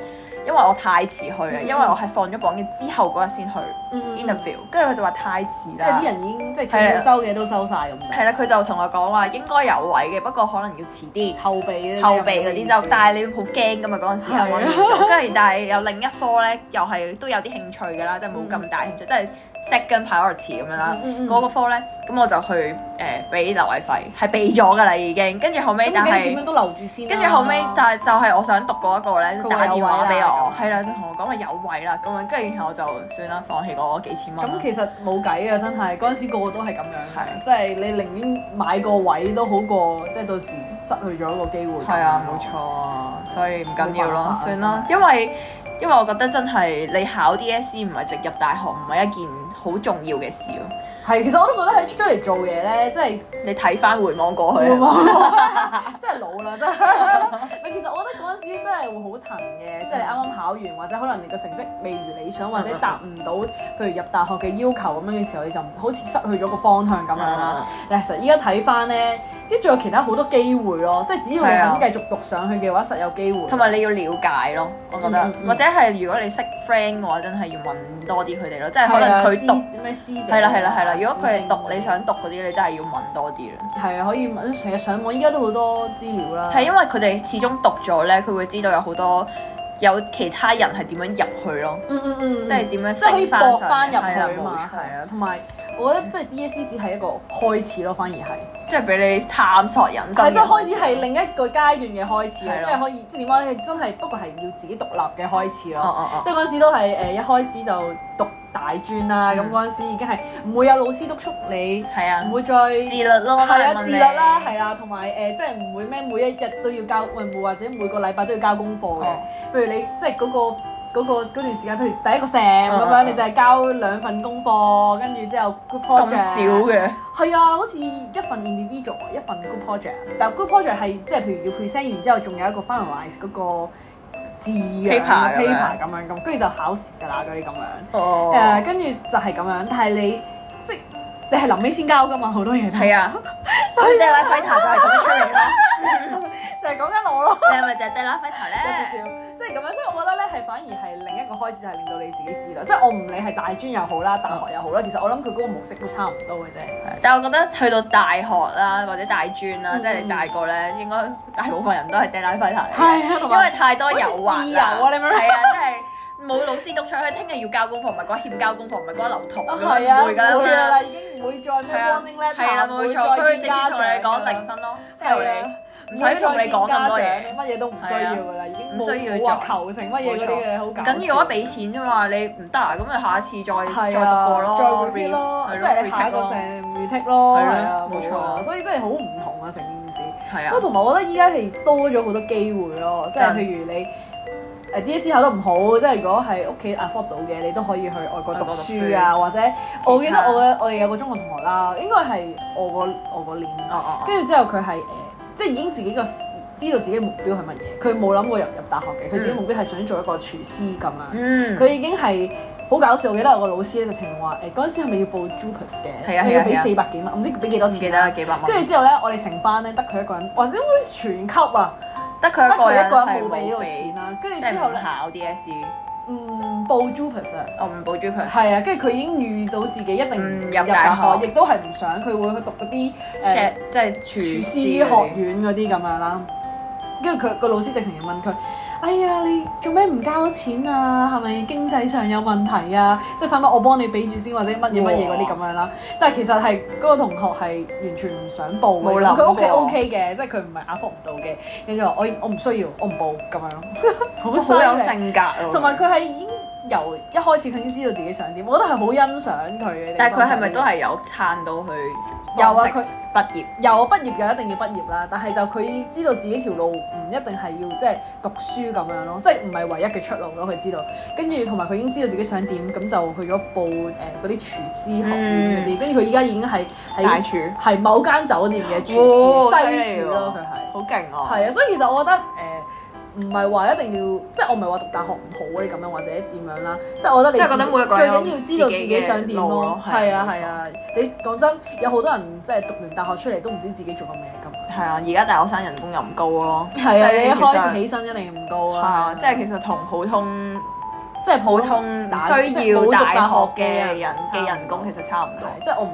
[SPEAKER 2] 因為我太遲去啦，
[SPEAKER 1] 嗯
[SPEAKER 2] 因為我係放咗榜嘅之後嗰日先去
[SPEAKER 1] 嗯
[SPEAKER 2] interview，跟住佢就話太遲
[SPEAKER 1] 即係
[SPEAKER 2] 啦
[SPEAKER 1] 啲。人已經即
[SPEAKER 2] 係
[SPEAKER 1] 係
[SPEAKER 2] 啊
[SPEAKER 1] 要收嘅都收晒咁
[SPEAKER 2] 係
[SPEAKER 1] 滯，
[SPEAKER 2] 啦，佢就同我講話應該有位嘅，不過可能要遲啲。
[SPEAKER 1] 後備咧
[SPEAKER 2] 後備嗰啲就，但係你好驚噶嘛嗰陣時
[SPEAKER 1] 係啊
[SPEAKER 2] 啱啱做，跟住但係有另一科咧，又係都有啲興趣噶啦，即係冇咁大興趣，即係 second priority 咁樣啦。
[SPEAKER 1] 嗯嗯嗯嗯
[SPEAKER 2] 嗰個科咧，咁我就去誒俾留位費，係俾咗噶啦已經，跟住後尾
[SPEAKER 1] 咁
[SPEAKER 2] 但
[SPEAKER 1] 究竟點
[SPEAKER 2] 係
[SPEAKER 1] 樣。都留住先啦。
[SPEAKER 2] 跟住後尾，但係就係我想讀嗰一個咧，
[SPEAKER 1] 佢話
[SPEAKER 2] 打
[SPEAKER 1] 有
[SPEAKER 2] 電
[SPEAKER 1] 位啊
[SPEAKER 2] 話俾我
[SPEAKER 1] 啦，
[SPEAKER 2] 係啦，就同我講話有位啦，咁樣跟住然後我就算啦，放棄嗰幾千蚊啦。
[SPEAKER 1] 咁其實冇計啊，真 係嗰陣時個個都係咁樣
[SPEAKER 2] 係
[SPEAKER 1] 嘅，即係你寧願買個位都好過，即係到時失去咗個機會。
[SPEAKER 2] 係啊，冇錯啊，所以唔緊
[SPEAKER 1] 冇辦
[SPEAKER 2] 要
[SPEAKER 1] 法
[SPEAKER 2] 咯
[SPEAKER 1] 啊，
[SPEAKER 2] 算啦，
[SPEAKER 1] 真
[SPEAKER 2] 因為因為我覺得真係你考 DSE 唔係直入大學，唔係一件好重要嘅事咯。
[SPEAKER 1] 係，其實我都覺得喺出咗嚟做嘢咧，即 係
[SPEAKER 2] 你睇翻回望過去
[SPEAKER 1] 會冇
[SPEAKER 2] 啊，
[SPEAKER 1] 真係老啦， 真係。喂，其實我覺得嗰陣時真係會好騰嘅，即係你啱啱考完，或者可能你個成績未如理想，或者達唔到譬如入大學嘅要求咁樣嘅時候，你就好似失去咗個方向咁樣
[SPEAKER 2] 啊
[SPEAKER 1] 啦。嗱，其實依家睇翻咧，即係仲有其他好多機會咯，即係只要
[SPEAKER 2] 係啊
[SPEAKER 1] 你肯繼續讀上去嘅話，實有機會。
[SPEAKER 2] 同埋你要了解咯，我覺得，
[SPEAKER 1] 嗯嗯嗯
[SPEAKER 2] 或者係如果你識 friend 嘅話，真係要問多啲佢哋咯，即係可能佢讀。
[SPEAKER 1] 啊咩啊師姐
[SPEAKER 2] 係啦係啦係啦，如果佢係讀你
[SPEAKER 1] 你
[SPEAKER 2] 想讀嗰啲，你真係要問多啲啦。
[SPEAKER 1] 係啊，可以問成日上網，依家都好多資料啦。
[SPEAKER 2] 係因為佢哋始終讀咗咧，佢會知道有好多有其他人係點樣入去咯，
[SPEAKER 1] 嗯嗯嗯，
[SPEAKER 2] 即係點樣
[SPEAKER 1] 即係可以
[SPEAKER 2] 升返
[SPEAKER 1] 搏
[SPEAKER 2] 上
[SPEAKER 1] 翻入
[SPEAKER 2] 嚟係啦
[SPEAKER 1] 去啊
[SPEAKER 2] 冇
[SPEAKER 1] 嘛，
[SPEAKER 2] 錯
[SPEAKER 1] 係啊，同埋我覺得即係 DSE 只係一個開始咯，反而係
[SPEAKER 2] 即係俾你探索人生嘅。
[SPEAKER 1] 係即係開始係另一個階段嘅開始
[SPEAKER 2] 係
[SPEAKER 1] 啊，
[SPEAKER 2] 咯
[SPEAKER 1] 即係可以即係點講咧？真係不過係要自己獨立嘅開始
[SPEAKER 2] 哦
[SPEAKER 1] 咯。
[SPEAKER 2] 哦
[SPEAKER 1] 即
[SPEAKER 2] 哦，
[SPEAKER 1] 係嗰陣時都係呃誒一開始就讀大專啦，
[SPEAKER 2] 嗯
[SPEAKER 1] 咁嗰陣時已經係唔會有老師督促你，
[SPEAKER 2] 係啊
[SPEAKER 1] 唔，會再
[SPEAKER 2] 自律咯，
[SPEAKER 1] 係啊
[SPEAKER 2] 問你
[SPEAKER 1] 自律啦，係啊，同埋誒即係唔會咩每一日都要交，喂或者每個禮拜都要交功課嘅
[SPEAKER 2] 哦。
[SPEAKER 1] 譬如你即係嗰個嗰個嗰段時間，譬如第一個 sem 咁樣，
[SPEAKER 2] 嗯
[SPEAKER 1] 你就係交兩份功課，跟住之後 group
[SPEAKER 2] 咁
[SPEAKER 1] project
[SPEAKER 2] 少嘅，
[SPEAKER 1] 係啊，好似一份 individual，一份 group project。但 group project 係即係譬如要 present 完之後，仲有一個 finalize 嗰個字樣
[SPEAKER 2] Paper 咁樣
[SPEAKER 1] paper 咁樣咁，跟住就考試㗎啦嗰啲咁樣。
[SPEAKER 2] 哦
[SPEAKER 1] 誒，跟住就係咁樣，但係你即係你係臨尾先交㗎嘛，好多嘢都
[SPEAKER 2] 係啊，
[SPEAKER 1] 所以
[SPEAKER 2] Della Fighter 就係咁 出嚟啦。
[SPEAKER 1] 就係講緊我咯，
[SPEAKER 2] 你係咪就係 Della Fighter
[SPEAKER 1] 有少
[SPEAKER 2] 咧？
[SPEAKER 1] 少即係咁樣，所以我覺得咧係反而係另一個開始，係令到你自己知啦。即係我唔理係大專又好啦，大學又好啦，其實我諗佢嗰個模式都差唔多嘅啫。
[SPEAKER 2] 但係我覺得去到大學啦，或者大專啦，
[SPEAKER 1] 嗯
[SPEAKER 2] 即係你大個咧，應該大部分人都係 Della Fighter 嚟嘅。
[SPEAKER 1] 係啊，同
[SPEAKER 2] 因為
[SPEAKER 1] 埋
[SPEAKER 2] 太多誘惑啦
[SPEAKER 1] 好似自由啊你明唔明
[SPEAKER 2] 係啊，真係冇老師督促佢，聽日要交功課，唔係講欠交功課，唔係講留堂
[SPEAKER 1] 啊
[SPEAKER 2] 咁
[SPEAKER 1] 係
[SPEAKER 2] 樣，
[SPEAKER 1] 啊，
[SPEAKER 2] 唔會㗎啦，
[SPEAKER 1] 冇嘢
[SPEAKER 2] 咁樣
[SPEAKER 1] 啦，已經唔會再咩
[SPEAKER 2] 係啊
[SPEAKER 1] warning letter，
[SPEAKER 2] 係啦，
[SPEAKER 1] 唔
[SPEAKER 2] 冇
[SPEAKER 1] 會
[SPEAKER 2] 錯，佢
[SPEAKER 1] 再
[SPEAKER 2] 直
[SPEAKER 1] 見
[SPEAKER 2] 接
[SPEAKER 1] 家
[SPEAKER 2] 同
[SPEAKER 1] 長
[SPEAKER 2] 你
[SPEAKER 1] 㗎
[SPEAKER 2] 講
[SPEAKER 1] 啦
[SPEAKER 2] 零分咯，
[SPEAKER 1] 係啊
[SPEAKER 2] 你。唔使同你講咁多嘢。
[SPEAKER 1] 乜嘢都啊唔需要㗎啦，已經
[SPEAKER 2] 唔需要
[SPEAKER 1] 冇
[SPEAKER 2] 再
[SPEAKER 1] 話求成乜嘢嗰啲嘅，好搞笑
[SPEAKER 2] 緊要啊！俾錢啫嘛，你唔得啊，咁咪下次再
[SPEAKER 1] 係
[SPEAKER 2] 再讀過
[SPEAKER 1] 啊，
[SPEAKER 2] 咯，
[SPEAKER 1] 再 repeat 咯，
[SPEAKER 2] 係
[SPEAKER 1] 即係你下一個
[SPEAKER 2] retake 咯
[SPEAKER 1] sem retake 咯，
[SPEAKER 2] 係咯
[SPEAKER 1] 係啊，
[SPEAKER 2] 冇
[SPEAKER 1] 冇
[SPEAKER 2] 錯
[SPEAKER 1] 錯
[SPEAKER 2] 啊
[SPEAKER 1] 啊，所以真係好唔同啊成件事。不
[SPEAKER 2] 係
[SPEAKER 1] 過
[SPEAKER 2] 啊，
[SPEAKER 1] 同埋我覺得依家係多咗好多機會咯，即係
[SPEAKER 2] 真
[SPEAKER 1] 譬如你呃誒 DSE E 考得唔好，即係如果係屋企 afford 到嘅，你都可以去外國讀書啊，或者我記得我嘅我哋有個中學同學啦，應該係我個我個年，
[SPEAKER 2] 哦哦哦，
[SPEAKER 1] 跟住之後佢係誒，呃即係已經自己個知道自己目標係乜嘢，佢冇諗過入入大學嘅，佢自己目標係想做一個廚師咁樣。
[SPEAKER 2] 嗯，
[SPEAKER 1] 佢已經係好搞笑，我記得有個老師咧就情話誒嗰陣時係咪要報 JUPAS 嘅？
[SPEAKER 2] 係啊係啊
[SPEAKER 1] 你要俾
[SPEAKER 2] 係啊
[SPEAKER 1] 四百幾蚊，我唔知俾幾多
[SPEAKER 2] 唔記
[SPEAKER 1] 錢啊
[SPEAKER 2] 得啦，
[SPEAKER 1] 啦。
[SPEAKER 2] 幾百蚊，
[SPEAKER 1] 跟住之後咧，我哋成班咧得佢一個人，或者好似全級啊，
[SPEAKER 2] 得
[SPEAKER 1] 得
[SPEAKER 2] 佢一個
[SPEAKER 1] 佢
[SPEAKER 2] 人
[SPEAKER 1] 一個人
[SPEAKER 2] 係
[SPEAKER 1] 冇俾到
[SPEAKER 2] 俾
[SPEAKER 1] 錢，啊啦。跟住
[SPEAKER 2] 即
[SPEAKER 1] 之
[SPEAKER 2] 係
[SPEAKER 1] 後
[SPEAKER 2] 唔
[SPEAKER 1] 咧，
[SPEAKER 2] 考 DSE，
[SPEAKER 1] 嗯報 JUPAS 啊，
[SPEAKER 2] 我唔報 j u p a
[SPEAKER 1] 係啊，跟住佢已經預到自己一定唔
[SPEAKER 2] 嗯入
[SPEAKER 1] 入
[SPEAKER 2] 大
[SPEAKER 1] 大
[SPEAKER 2] 學
[SPEAKER 1] 學，亦都係唔想佢會去讀嗰啲呃誒
[SPEAKER 2] s 即係廚
[SPEAKER 1] 廚師
[SPEAKER 2] 師嗰啲
[SPEAKER 1] 學院嗰啲咁樣啦。跟住佢個老師直情就問佢：哎呀，你做咩唔交錢啊？係咪經濟上有問題啊？即係使乜我幫你俾住先，或者乜嘢乜嘢嗰啲咁樣啦。但係其實係嗰個同學係完全唔想報
[SPEAKER 2] 冇
[SPEAKER 1] 嘅，
[SPEAKER 2] 諗過
[SPEAKER 1] 佢屋企 OK 嘅，即係佢唔係壓服唔到嘅。跟住就話我我唔需要，我唔報咁樣咯，好
[SPEAKER 2] 好有
[SPEAKER 1] 犀利
[SPEAKER 2] 性格啊喎。
[SPEAKER 1] 同埋佢係已經由一開始佢已經知道自己想點，我覺得係好欣賞佢嘅地方就係呢樣。
[SPEAKER 2] 但係佢係咪都係有撐到佢？
[SPEAKER 1] 有啊佢
[SPEAKER 2] 畢業
[SPEAKER 1] 有畢業嘅一定要畢業啦，但係就佢知道自己條路唔一定係要即係讀書咁樣咯，即係唔係唯一嘅出路咯。佢知道，跟住同埋佢已經知道自己想點，咁就去咗報誒嗰啲廚師學院嗰啲，跟住佢依家已經係
[SPEAKER 2] 嗯大
[SPEAKER 1] 喺
[SPEAKER 2] 廚，
[SPEAKER 1] 係某間酒店嘅廚
[SPEAKER 2] 哇
[SPEAKER 1] 師
[SPEAKER 2] 犀
[SPEAKER 1] 西
[SPEAKER 2] 利
[SPEAKER 1] 廚
[SPEAKER 2] 喎
[SPEAKER 1] 咯，佢係。
[SPEAKER 2] 好勁啊！
[SPEAKER 1] 係啊，所以其實我覺得誒唔係話一定要，即係我唔係話讀大學唔好嗰啲咁樣，或者點樣啦。即係我覺得你
[SPEAKER 2] 即係覺得每個人
[SPEAKER 1] 最
[SPEAKER 2] 有
[SPEAKER 1] 緊要知道自己想點
[SPEAKER 2] 自己嘅路
[SPEAKER 1] 咯
[SPEAKER 2] 咯。
[SPEAKER 1] 係啊
[SPEAKER 2] 係啊
[SPEAKER 1] 係啊，你講真，有好多人即係讀完大學出嚟都唔知自己做緊咩咁。
[SPEAKER 2] 係啊，而家大學生人工又唔高咯，
[SPEAKER 1] 係啊，你一開始
[SPEAKER 2] 起
[SPEAKER 1] 起身一定唔高
[SPEAKER 2] 係
[SPEAKER 1] 啊
[SPEAKER 2] 啊，。即係其實同普通
[SPEAKER 1] 即係
[SPEAKER 2] 普
[SPEAKER 1] 普通，
[SPEAKER 2] 通
[SPEAKER 1] 打
[SPEAKER 2] 需
[SPEAKER 1] 即係
[SPEAKER 2] 要
[SPEAKER 1] 冇讀
[SPEAKER 2] 大
[SPEAKER 1] 大學
[SPEAKER 2] 學
[SPEAKER 1] 嘅
[SPEAKER 2] 嘅人
[SPEAKER 1] 人差唔
[SPEAKER 2] 嘅
[SPEAKER 1] 多
[SPEAKER 2] 人工其實差唔多。
[SPEAKER 1] 係即係我唔。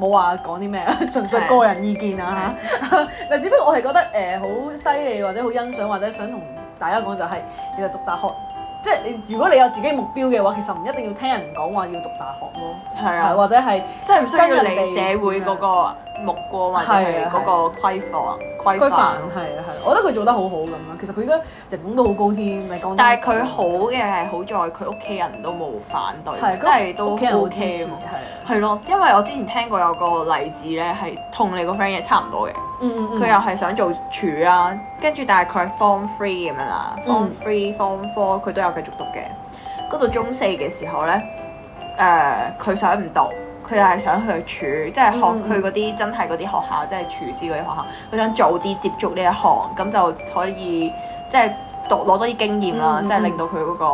[SPEAKER 1] 冇話講啲咩， 純粹個人意見啊 嚇。但只不過我係覺得誒好犀利，或者好欣賞，或者想同大家講就係、其實讀大學，即係你如果你有自己目標嘅話，其實唔一定要聽人講話要讀大學咯。
[SPEAKER 2] 係
[SPEAKER 1] 係
[SPEAKER 2] 啊，
[SPEAKER 1] 或者係
[SPEAKER 2] 即係唔需要
[SPEAKER 1] 跟人
[SPEAKER 2] 你
[SPEAKER 1] 哋
[SPEAKER 2] 社會嗰個目光或者係嗰個規範
[SPEAKER 1] 規範
[SPEAKER 2] 規
[SPEAKER 1] 係
[SPEAKER 2] 範。
[SPEAKER 1] 啊係啊，我覺得佢做得好好咁樣。其實佢而家人工都好高添，咪講真。
[SPEAKER 2] 但係佢好嘅係好在佢屋企人都冇反對，
[SPEAKER 1] 係
[SPEAKER 2] 即係都
[SPEAKER 1] 屋企人好
[SPEAKER 2] O
[SPEAKER 1] 支持係
[SPEAKER 2] K
[SPEAKER 1] 啊
[SPEAKER 2] 係咯，因為我之前聽過有個例子咧，係同你個 friend 嘢差唔多嘅，
[SPEAKER 1] 嗯嗯嗯
[SPEAKER 2] 佢又係想做廚啦，跟住但係佢係 form three 咁樣啦，form
[SPEAKER 1] 嗯
[SPEAKER 2] three、form four 佢都有繼續讀嘅。嗰到中四嘅時候咧，誒、佢想唔讀，佢又係想去廚，即係學
[SPEAKER 1] 嗯嗯
[SPEAKER 2] 佢嗰啲真係嗰啲學校，即係廚師嗰啲學校，佢想早啲接觸呢一行，咁就可以即係讀攞多啲經驗啦，
[SPEAKER 1] 嗯嗯嗯
[SPEAKER 2] 即係令到佢嗰、個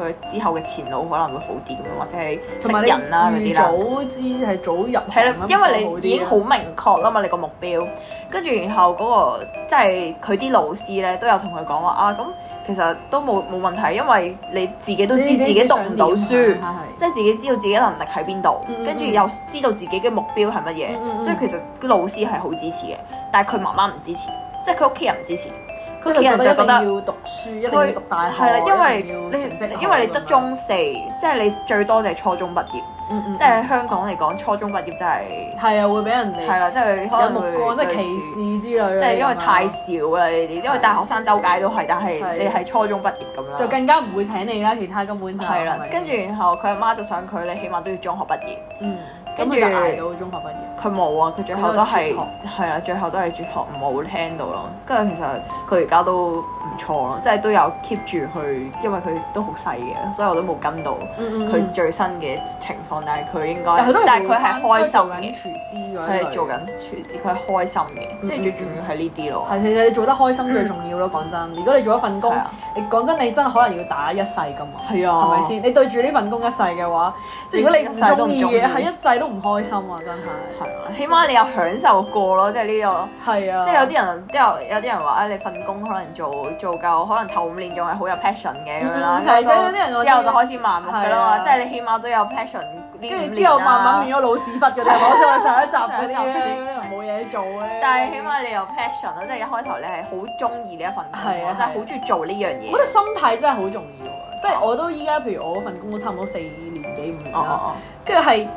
[SPEAKER 2] 佢之後嘅前路可能會好啲咁樣，或者係
[SPEAKER 1] 同埋
[SPEAKER 2] 識人啊啦嗰
[SPEAKER 1] 你預
[SPEAKER 2] 啲啦。
[SPEAKER 1] 早知係早入行啊
[SPEAKER 2] 係啦，因為你已經好
[SPEAKER 1] 咁
[SPEAKER 2] 明確啊啦嘛，你個目標，跟住然後嗰、個即係佢啲老師咧都有同佢講話啊，咁其實都冇冇問題，因為你自己都
[SPEAKER 1] 就好
[SPEAKER 2] 知
[SPEAKER 1] 啲
[SPEAKER 2] 自己讀唔到書，
[SPEAKER 1] 啊係係係
[SPEAKER 2] 即係自己知道自己能力喺邊度
[SPEAKER 1] 嗯嗯，嗯
[SPEAKER 2] 跟住又知道自己嘅目標係乜嘢，
[SPEAKER 1] 嗯嗯嗯
[SPEAKER 2] 所以其實啲老師係好支持嘅，但係佢媽媽唔支持，即係佢屋企人唔支持，
[SPEAKER 1] 即係
[SPEAKER 2] 佢屋企人就覺
[SPEAKER 1] 覺得
[SPEAKER 2] 得
[SPEAKER 1] 一。定要讀書，一定
[SPEAKER 2] 佢
[SPEAKER 1] 要讀大學，
[SPEAKER 2] 係啦，因為
[SPEAKER 1] 一定要成績
[SPEAKER 2] 你
[SPEAKER 1] 好
[SPEAKER 2] 因為你得
[SPEAKER 1] 咁樣
[SPEAKER 2] 中四，即係你最多就係初中畢業，
[SPEAKER 1] 嗯嗯
[SPEAKER 2] 即係喺香港嚟講，初中畢業就係
[SPEAKER 1] 係啊，會俾人
[SPEAKER 2] 係
[SPEAKER 1] 哋
[SPEAKER 2] 啦，即係可
[SPEAKER 1] 有
[SPEAKER 2] 能
[SPEAKER 1] 目
[SPEAKER 2] 會
[SPEAKER 1] 光，即係
[SPEAKER 2] 類
[SPEAKER 1] 歧
[SPEAKER 2] 似，
[SPEAKER 1] 視之類嗰啲咁樣，啊
[SPEAKER 2] 即係因為太少啦呢啲，因為大學生周街都係，但係
[SPEAKER 1] 係
[SPEAKER 2] 你係初中畢業咁啦，
[SPEAKER 1] 就更加唔會請你啦，其他根本就
[SPEAKER 2] 係啦
[SPEAKER 1] 係咪。
[SPEAKER 2] 跟住然後佢阿媽就想佢，你起碼都要中學畢業。
[SPEAKER 1] 嗯咁
[SPEAKER 2] 跟
[SPEAKER 1] 佢
[SPEAKER 2] 住
[SPEAKER 1] 就捱到中學畢業。
[SPEAKER 2] 佢冇啊，佢最後都係
[SPEAKER 1] 佢都係
[SPEAKER 2] 係啦，最後都係輟學冇聽到咯。跟住其實佢而家都唔錯咯，即係都有 keep 住去，因為佢都好細嘅，所以我都冇跟到
[SPEAKER 1] 嗯嗯
[SPEAKER 2] 佢最新嘅情況。但係佢應該，
[SPEAKER 1] 但係佢都
[SPEAKER 2] 但係佢係
[SPEAKER 1] 係
[SPEAKER 2] 開心嘅，
[SPEAKER 1] 嘅，廚師嗰
[SPEAKER 2] 佢
[SPEAKER 1] 一
[SPEAKER 2] 係
[SPEAKER 1] 類
[SPEAKER 2] 做緊廚師，佢係開心嘅，即係最重要係呢啲咯。
[SPEAKER 1] 嗯係其實你做得開心最重要咯，講真。如果你做一份工
[SPEAKER 2] 嗯係啊，
[SPEAKER 1] 你講真，你真係可能要打一世噶嘛，
[SPEAKER 2] 係啊
[SPEAKER 1] 係咪先？你對住呢份工一世嘅話，即係如果你唔中意嘅，係一世都唔開心啊！真
[SPEAKER 2] 係啊，起碼你有享受過咯，即係呢個。
[SPEAKER 1] 係，係啊，
[SPEAKER 2] 即係有啲人都有有啲人話啊，你份工可能做做夠，可能頭五年仲係好有 passion 嘅咁樣啦
[SPEAKER 1] 嗯，嗯
[SPEAKER 2] 跟住到
[SPEAKER 1] 係有啲人話
[SPEAKER 2] 之後就開始麻木㗎啦
[SPEAKER 1] 係啊
[SPEAKER 2] 嘛，即係你起碼都有 passion 呢
[SPEAKER 1] 跟
[SPEAKER 2] 五
[SPEAKER 1] 住
[SPEAKER 2] 年
[SPEAKER 1] 之後慢慢
[SPEAKER 2] 啦
[SPEAKER 1] 變。咗老屎忽嗰啲， 好似我上一集嗰啲
[SPEAKER 2] 上一集
[SPEAKER 1] 咧，
[SPEAKER 2] 嗰啲
[SPEAKER 1] 嗰啲人冇嘢做啊咧。
[SPEAKER 2] 但係起碼你有 passion 啊咯，即係一開頭你係好中意呢一份工
[SPEAKER 1] 係啊
[SPEAKER 2] 咯，即係好中意做呢樣
[SPEAKER 1] 我覺得
[SPEAKER 2] 嘢。
[SPEAKER 1] 心態真係好重要啊！即係我都依家，譬如我嗰份工都差唔多四年幾五年
[SPEAKER 2] 哦
[SPEAKER 1] 啦，
[SPEAKER 2] 哦
[SPEAKER 1] 跟住係啊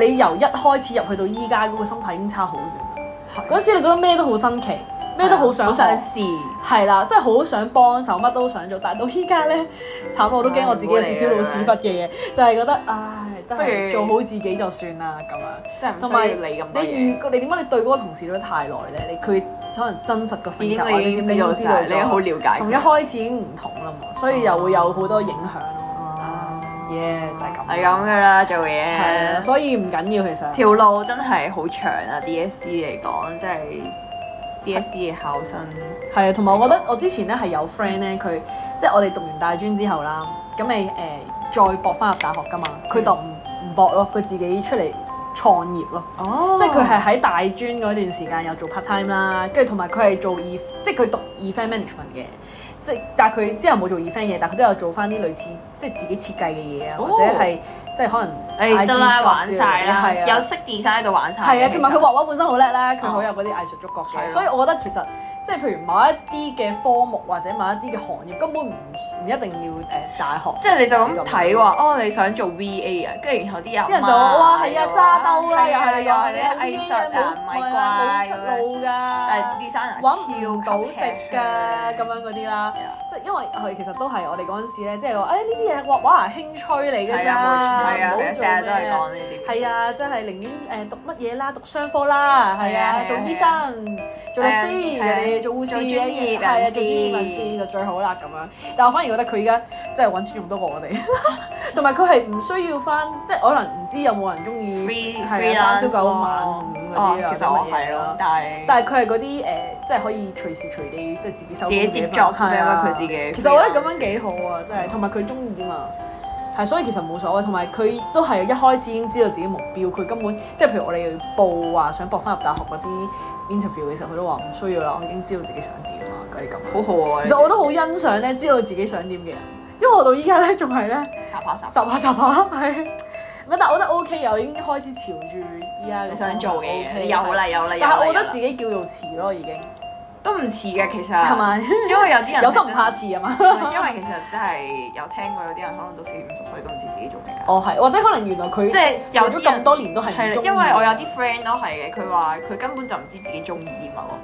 [SPEAKER 1] 你由一開始入去到依家嗰個心態已經差好遠啦。
[SPEAKER 2] 哦，
[SPEAKER 1] 嗰陣時你覺得咩都好新奇，咩都好想
[SPEAKER 2] 啊想
[SPEAKER 1] 學
[SPEAKER 2] 試，
[SPEAKER 1] 係啦，真係好想幫手，乜都想做，但係到依家咧，慘我都驚我自己有少少老屎忽嘅嘢，就係覺得唉，都係
[SPEAKER 2] 不
[SPEAKER 1] 做
[SPEAKER 2] 如
[SPEAKER 1] 好自己就算啦咁樣。
[SPEAKER 2] 即係唔
[SPEAKER 1] 同
[SPEAKER 2] 需
[SPEAKER 1] 埋
[SPEAKER 2] 要你咁多
[SPEAKER 1] 你
[SPEAKER 2] 嘢
[SPEAKER 1] 遇。過你點解你對嗰個同事都太耐咧？你佢可能真實個
[SPEAKER 2] 已
[SPEAKER 1] 性格
[SPEAKER 2] 經
[SPEAKER 1] 或者
[SPEAKER 2] 你已
[SPEAKER 1] 點你
[SPEAKER 2] 經知
[SPEAKER 1] 已經
[SPEAKER 2] 道
[SPEAKER 1] 知道
[SPEAKER 2] 晒，你
[SPEAKER 1] 咗，
[SPEAKER 2] 好了解。哦
[SPEAKER 1] 同一開始已經唔同啦嘛，所以又會有好多影響咯。啊耶，就係咁。
[SPEAKER 2] 係咁㗎啦，做
[SPEAKER 1] 係啊，
[SPEAKER 2] 嘢。
[SPEAKER 1] 所以唔緊要其實。
[SPEAKER 2] 條路真係好長啊！DSE 嚟講，即係 DSE 嘅考生。
[SPEAKER 1] 係啊，同埋我覺得我之前咧係有 friend 咧，佢即係我哋讀完大專之後啦，咁咪誒再搏翻入大學噶嘛，佢就唔唔搏咯，佢自己出嚟創業咯，
[SPEAKER 2] 哦
[SPEAKER 1] 即係佢係喺大專嗰段時間又做 part time 啦，跟住同埋佢係做 e 即係佢讀 event management 嘅，即係但係佢之後冇做 E event 嘢，但係佢都有做翻啲類似即係自己設計嘅嘢啊，
[SPEAKER 2] 哦
[SPEAKER 1] 或者係即係可能
[SPEAKER 2] 誒
[SPEAKER 1] IT
[SPEAKER 2] 得啦，
[SPEAKER 1] shop
[SPEAKER 2] 玩
[SPEAKER 1] 之類
[SPEAKER 2] 晒
[SPEAKER 1] 嘅
[SPEAKER 2] 啦，
[SPEAKER 1] 係啊
[SPEAKER 2] 有識 design 喺度玩晒嘅。
[SPEAKER 1] 係啊，同埋佢
[SPEAKER 2] 其實
[SPEAKER 1] 畫畫本身好叻啦，佢好
[SPEAKER 2] 哦
[SPEAKER 1] 有嗰啲藝術觸覺
[SPEAKER 2] 係
[SPEAKER 1] 嘅，
[SPEAKER 2] 咯
[SPEAKER 1] 所以我覺得其實即係譬如某一啲嘅科目或者某一啲嘅行業根本唔唔一定要誒大學，
[SPEAKER 2] 即係你就咁睇話，哦，你想做 VA 啊，跟住然後啲人
[SPEAKER 1] 啲人就話哇係啊揸兜啦，
[SPEAKER 2] 係
[SPEAKER 1] 又係
[SPEAKER 2] 又係
[SPEAKER 1] 啲
[SPEAKER 2] 啲藝術啊，唔係怪咁
[SPEAKER 1] 啊冇出
[SPEAKER 2] 樣。
[SPEAKER 1] 路㗎，
[SPEAKER 2] 但係 design
[SPEAKER 1] 揾唔到食㗎咁
[SPEAKER 2] 咁。
[SPEAKER 1] 樣嗰啲啦。即係因為佢其實都係我哋嗰陣時咧，即係話誒哎呢啲嘢畫畫啊興趣嚟嘅
[SPEAKER 2] 係啊，
[SPEAKER 1] 咋，唔好
[SPEAKER 2] 冇錯，係啊，佢
[SPEAKER 1] 做
[SPEAKER 2] 成日都係
[SPEAKER 1] 咩
[SPEAKER 2] 講呢啲。
[SPEAKER 1] 係啊，真係寧願誒讀乜嘢啦，讀商科啦，係
[SPEAKER 2] 係啊係
[SPEAKER 1] 啊，
[SPEAKER 2] 啊
[SPEAKER 1] 做醫生、做律師，
[SPEAKER 2] 係啊係啊
[SPEAKER 1] 人哋做護士
[SPEAKER 2] 做專業
[SPEAKER 1] 係啊，
[SPEAKER 2] 人士
[SPEAKER 1] 做專業人士就最好啦咁樣。但我反而覺得佢而家真係揾錢用多過我 哋，同埋佢係唔需要翻，即係可能唔知有冇人中意
[SPEAKER 2] free
[SPEAKER 1] 係
[SPEAKER 2] free
[SPEAKER 1] 啊
[SPEAKER 2] 啦，
[SPEAKER 1] 翻朝九晚五嗰啲啊
[SPEAKER 2] 哦，其實我
[SPEAKER 1] 咁嘅嘢
[SPEAKER 2] 係咯，但係
[SPEAKER 1] 但係佢係嗰啲誒，呃即係可以隨時隨地即係自己收工
[SPEAKER 2] 自己
[SPEAKER 1] 嘅地
[SPEAKER 2] 接
[SPEAKER 1] 方
[SPEAKER 2] 觸咁樣
[SPEAKER 1] 係啊
[SPEAKER 2] 佢自己
[SPEAKER 1] 其實我覺得咁樣幾好啊，真係，同埋佢中意啊嘛。係，所以其實冇所謂，同埋佢都係一開始已經知道自己目標，佢根本即係譬如我哋要報話想搏翻入大學嗰啲 interview 嘅時候，佢都話唔需要啦，我已經知道自己想點啊嗰啲咁樣。
[SPEAKER 2] 好好啊。
[SPEAKER 1] 其實我都好欣賞咧，知道自己想點嘅人，因為我到依家咧仲 係咧
[SPEAKER 2] 插下插
[SPEAKER 1] 十下十下係，唔係但係我覺得 OK 啊我已經開始朝住依家嘅
[SPEAKER 2] 你想做嘅嘢，
[SPEAKER 1] 方向
[SPEAKER 2] 你有
[SPEAKER 1] 係
[SPEAKER 2] 啦有啦有啦。
[SPEAKER 1] 但係我覺得自己
[SPEAKER 2] 己
[SPEAKER 1] 叫做遲咯，已經
[SPEAKER 2] 都唔似嘅，其實
[SPEAKER 1] 係咪？
[SPEAKER 2] 因啊為有啲人
[SPEAKER 1] 有心唔怕遲啊 嘛。
[SPEAKER 2] 真係，因為其實真係有聽過有啲人可能到四五十歲都唔知自己做咩㗎。
[SPEAKER 1] 哦，係，或者可能原來佢
[SPEAKER 2] 即係有
[SPEAKER 1] 做咗
[SPEAKER 2] 啲人
[SPEAKER 1] 咁多年都係
[SPEAKER 2] 係
[SPEAKER 1] 唔
[SPEAKER 2] 啦，
[SPEAKER 1] 中意
[SPEAKER 2] 因為我有啲 friend 都係嘅，佢話佢根本就唔知自己中意啲乜咯，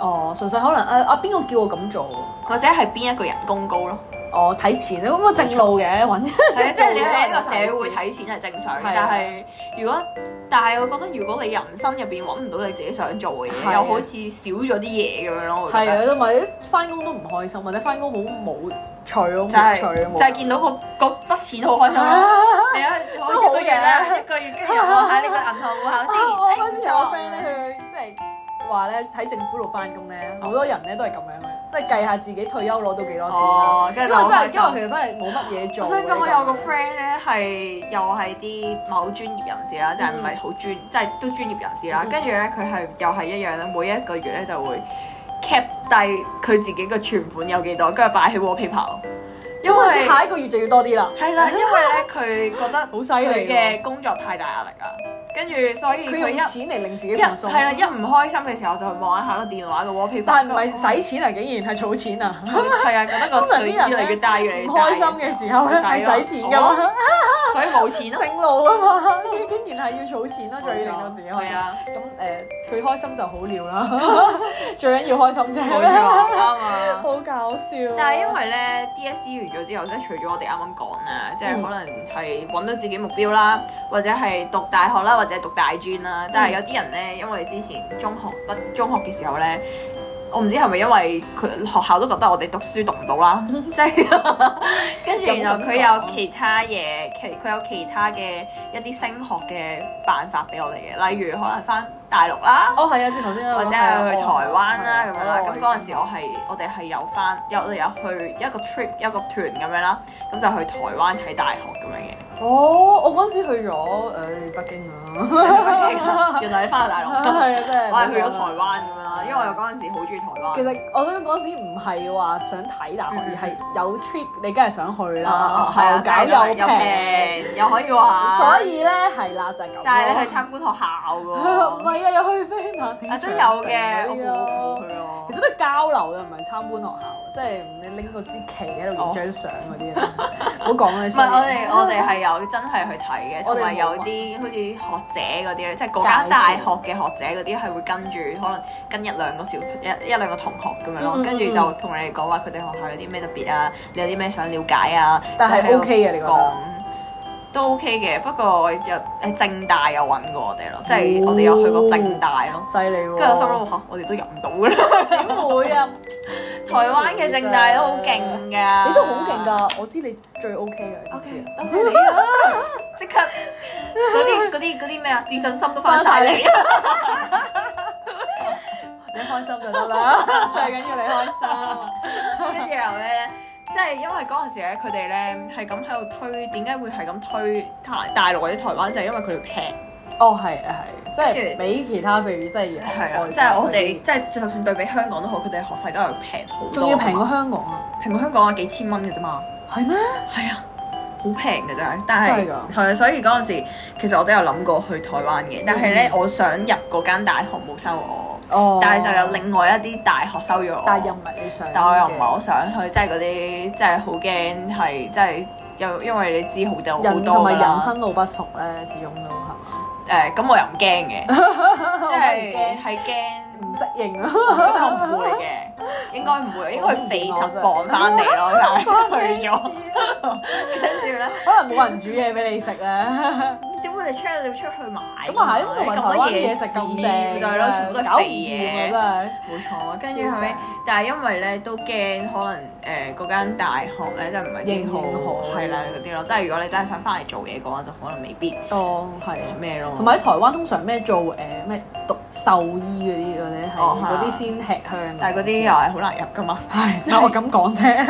[SPEAKER 1] 哦，純粹可能誒啊邊個叫我咁做？
[SPEAKER 2] 或者係邊一個人工高 咯。
[SPEAKER 1] 哦，睇錢咁啊正路嘅揾，
[SPEAKER 2] 係啊，即係你
[SPEAKER 1] 呢
[SPEAKER 2] 喺一個社會睇錢係正常嘅，
[SPEAKER 1] 係啊
[SPEAKER 2] 但係如果但係我覺得如果你人生入邊揾唔到你自己想做嘅
[SPEAKER 1] 係啊
[SPEAKER 2] 嘢，又好似少咗啲嘢咁樣咯，我覺
[SPEAKER 1] 係
[SPEAKER 2] 得
[SPEAKER 1] 啊，同埋翻工都唔開心，或者翻工好冇趣，好
[SPEAKER 2] 就
[SPEAKER 1] 冇
[SPEAKER 2] 係
[SPEAKER 1] 趣，
[SPEAKER 2] 就
[SPEAKER 1] 冇
[SPEAKER 2] 係見到個嗰筆錢好開心
[SPEAKER 1] 啊
[SPEAKER 2] 咯，係啊，
[SPEAKER 1] 都好嘅
[SPEAKER 2] 啦，一個月跟住又望下呢個銀行戶
[SPEAKER 1] 啊
[SPEAKER 2] 口
[SPEAKER 1] 我
[SPEAKER 2] 先。哎
[SPEAKER 1] 嗰陣有個 friend 咧，佢即係話咧喺政府度翻工咧，好多人咧都係咁樣嘅，即係計下自己退休攞到幾多錢啊。
[SPEAKER 2] 哦，跟
[SPEAKER 1] 因
[SPEAKER 2] 住
[SPEAKER 1] 為
[SPEAKER 2] 就
[SPEAKER 1] 真
[SPEAKER 2] 好
[SPEAKER 1] 係
[SPEAKER 2] 開心
[SPEAKER 1] 因為其實真係冇乜嘢做。
[SPEAKER 2] 我想講，我有個 friend 咧係又係啲某專業人士啦，就係唔係好專，即係都專業人士啦
[SPEAKER 1] 嗯。
[SPEAKER 2] 跟住咧，佢係又係一樣咧，每一個月咧就會 cap 低佢自己個存款有幾多，跟住擺喺 wallpaper 咯。因
[SPEAKER 1] 因為
[SPEAKER 2] 為
[SPEAKER 1] 下一個月就要多啲啦。
[SPEAKER 2] 係啦，因為咧佢覺得
[SPEAKER 1] 好犀
[SPEAKER 2] 佢
[SPEAKER 1] 利喎
[SPEAKER 2] 嘅工作太大壓力啦，跟住所以
[SPEAKER 1] 佢
[SPEAKER 2] 佢
[SPEAKER 1] 用
[SPEAKER 2] 一
[SPEAKER 1] 錢嚟令自己
[SPEAKER 2] 一
[SPEAKER 1] 放鬆。
[SPEAKER 2] 係啦，一唔開心嘅時候就去望一下個電話嘅 wallpaper。
[SPEAKER 1] 但係唔係使錢啊？竟然係儲錢 啊！
[SPEAKER 2] 係啊，覺得個水越嚟越大，越嚟越
[SPEAKER 1] 唔
[SPEAKER 2] 大
[SPEAKER 1] 開心嘅時候咧係使錢噶，
[SPEAKER 2] 係
[SPEAKER 1] 嘛，
[SPEAKER 2] 咯所以冇錢 咯。
[SPEAKER 1] 正路啊嘛， 竟然係要儲錢咯，最令到自己開
[SPEAKER 2] 係
[SPEAKER 1] 心。
[SPEAKER 2] 啊，
[SPEAKER 1] 咁誒，佢開心就好了啦， 最緊要開心
[SPEAKER 2] 冇錯
[SPEAKER 1] 啫。
[SPEAKER 2] 啱 啊！
[SPEAKER 1] 好搞笑啊。
[SPEAKER 2] 但係因為咧 DSE 咗之後，即係除咗我哋啱啱講啦，即係可能係揾到自己目標啦，或者係讀大學啦，或者係讀大專啦。但係有啲人呢，因為之前中學畢中學嘅時候呢，我唔知係咪因為佢學校都覺得我哋讀書讀唔到啦，即係跟住然後佢有其他嘢，其佢有其他嘅一啲升學嘅辦法俾我哋嘅，例如可能翻大陸啦。
[SPEAKER 1] 哦，係啊，即係頭先有
[SPEAKER 2] 或
[SPEAKER 1] 講
[SPEAKER 2] 者
[SPEAKER 1] 係啊哦
[SPEAKER 2] 係去台灣啦咁樣啦。咁嗰
[SPEAKER 1] 時
[SPEAKER 2] 陣時我係我哋係有翻有我哋有去一個 trip 一個團咁樣啦，咁就去台灣睇大學咁樣 嘅。
[SPEAKER 1] 哦，我嗰陣時去咗誒北京 啊，
[SPEAKER 2] 原來你翻去 大
[SPEAKER 1] 係
[SPEAKER 2] 陸，
[SPEAKER 1] 啊，真係
[SPEAKER 2] 我係去咗台灣咁樣啦，因為我嗰陣時好中意台灣。
[SPEAKER 1] 其實我覺得嗰時唔係話想睇大學，
[SPEAKER 2] 嗯
[SPEAKER 1] 而係有 trip 你梗係想去啦哦
[SPEAKER 2] 啊，係啊，
[SPEAKER 1] 搞
[SPEAKER 2] 又
[SPEAKER 1] 又平，
[SPEAKER 2] 平，又可以玩。
[SPEAKER 1] 所以咧係啦就係咁咯。
[SPEAKER 2] 但係你去參觀學 校
[SPEAKER 1] 唔
[SPEAKER 2] 喎，
[SPEAKER 1] 係啊，有去飛馬
[SPEAKER 2] 啊
[SPEAKER 1] 片
[SPEAKER 2] 真有嘅，
[SPEAKER 1] 啊
[SPEAKER 2] 我冇
[SPEAKER 1] 咯
[SPEAKER 2] 冇。去咯
[SPEAKER 1] 其。實都交流嘅，唔係參觀學校，即係你拎個支旗喺度影張相嗰啲啊。 唔好講啦，唔
[SPEAKER 2] 哦唔係我哋我哋係有真係去睇嘅，
[SPEAKER 1] 啊我
[SPEAKER 2] 同
[SPEAKER 1] 哋
[SPEAKER 2] 埋
[SPEAKER 1] 冇
[SPEAKER 2] 有
[SPEAKER 1] 啊
[SPEAKER 2] 啲好似學者嗰啲咧，即係嗰
[SPEAKER 1] 介紹
[SPEAKER 2] 間大學嘅學者嗰啲係會跟住可能跟一兩個小一一兩個同學咁樣咯
[SPEAKER 1] 嗯嗯，
[SPEAKER 2] 跟住
[SPEAKER 1] 嗯
[SPEAKER 2] 就同你哋講話佢哋學校有啲咩特別啊，你有啲咩想了解啊，
[SPEAKER 1] 但係
[SPEAKER 2] 就喺度
[SPEAKER 1] OK 嘅你覺得
[SPEAKER 2] 講都 OK 嘅，不過有誒正大有揾過我哋咯，即
[SPEAKER 1] 哦
[SPEAKER 2] 係我哋有去過正大咯，
[SPEAKER 1] 犀利喎。
[SPEAKER 2] 跟住我心諗嚇，我哋都入唔到嘅啦，
[SPEAKER 1] 點會啊？
[SPEAKER 2] 台灣嘅正大都好勁 㗎，
[SPEAKER 1] 你都好勁。㗎，我知你最 OK 嘅，你
[SPEAKER 2] O
[SPEAKER 1] 知
[SPEAKER 2] K，
[SPEAKER 1] 唔知啊
[SPEAKER 2] 多謝你啊！ 即刻嗰 啲嗰啲嗰啲咩啊，自信心都翻晒嚟。
[SPEAKER 1] 你開心就得啦， 最緊要你開心。
[SPEAKER 2] 跟住然後咧，即係因為嗰陣時咧，佢哋咧係咁喺度推，點解會係咁推大大陸或者台灣？就係因為佢哋平。
[SPEAKER 1] 哦，係啊，係，即
[SPEAKER 2] 跟
[SPEAKER 1] 係
[SPEAKER 2] 住
[SPEAKER 1] 比其他譬如即係
[SPEAKER 2] 係
[SPEAKER 1] 外，
[SPEAKER 2] 啊
[SPEAKER 1] 國
[SPEAKER 2] 即係我
[SPEAKER 1] 嗰啲
[SPEAKER 2] 哋即係就算對比香港都好，佢哋學費都係平好多。
[SPEAKER 1] 仲要平過香港啊？
[SPEAKER 2] 平過香港啊，幾千蚊嘅啫嘛。
[SPEAKER 1] 係咩？
[SPEAKER 2] 係啊。好平嘅啫，但係
[SPEAKER 1] 真係㗎
[SPEAKER 2] 係啊，所以嗰陣時其實我都有諗過去台灣嘅，但係咧、我想入嗰間大學冇收我，
[SPEAKER 1] 哦
[SPEAKER 2] 但係就有，另外一啲大學收咗我。
[SPEAKER 1] 但係又唔係你想，
[SPEAKER 2] 但我又唔係好想去，即係嗰啲即係好驚係即係又因為你知好多好
[SPEAKER 1] 人同
[SPEAKER 2] 多
[SPEAKER 1] 埋
[SPEAKER 2] 㗎
[SPEAKER 1] 人
[SPEAKER 2] 啦。
[SPEAKER 1] 生路不熟咧，始終都係嘛，
[SPEAKER 2] 誒咁我又唔驚嘅， 即係
[SPEAKER 1] 驚
[SPEAKER 2] 係驚，
[SPEAKER 1] 唔 適應啊。
[SPEAKER 2] 咁又唔會嘅，應該唔會，應該佢肥十磅翻嚟咯，但係去咗，
[SPEAKER 1] 啊
[SPEAKER 2] 跟住 咧
[SPEAKER 1] 可能冇人煮嘢俾你食 咧，
[SPEAKER 2] 點會你出去你要出去買㗎
[SPEAKER 1] 咁啊
[SPEAKER 2] 嘛？
[SPEAKER 1] 係，咁同埋台
[SPEAKER 2] 咁多
[SPEAKER 1] 灣嘢食咁正，
[SPEAKER 2] 就係咯，全部都係
[SPEAKER 1] 搞唔
[SPEAKER 2] 肥
[SPEAKER 1] 掂
[SPEAKER 2] 嘢。
[SPEAKER 1] 啊
[SPEAKER 2] 冇錯，跟住
[SPEAKER 1] 超
[SPEAKER 2] 後尾
[SPEAKER 1] 正，
[SPEAKER 2] 但係因為咧都驚可能誒嗰間大學咧，即係唔
[SPEAKER 1] 認
[SPEAKER 2] 係
[SPEAKER 1] 唔認
[SPEAKER 2] 啲
[SPEAKER 1] 可
[SPEAKER 2] 好係啦嗰啲咯，即係如果你真係想翻嚟做嘢嘅話，就可能未必
[SPEAKER 1] 真係，哦係。
[SPEAKER 2] 咩咯。
[SPEAKER 1] 同埋喺台灣通常咩做誒咩讀獸醫嗰啲嗰啲
[SPEAKER 2] 哦
[SPEAKER 1] 係
[SPEAKER 2] 係啊
[SPEAKER 1] 嗰啲先吃香，
[SPEAKER 2] 但係嗰啲又係好難入噶嘛，
[SPEAKER 1] 係即 係我咁講啫，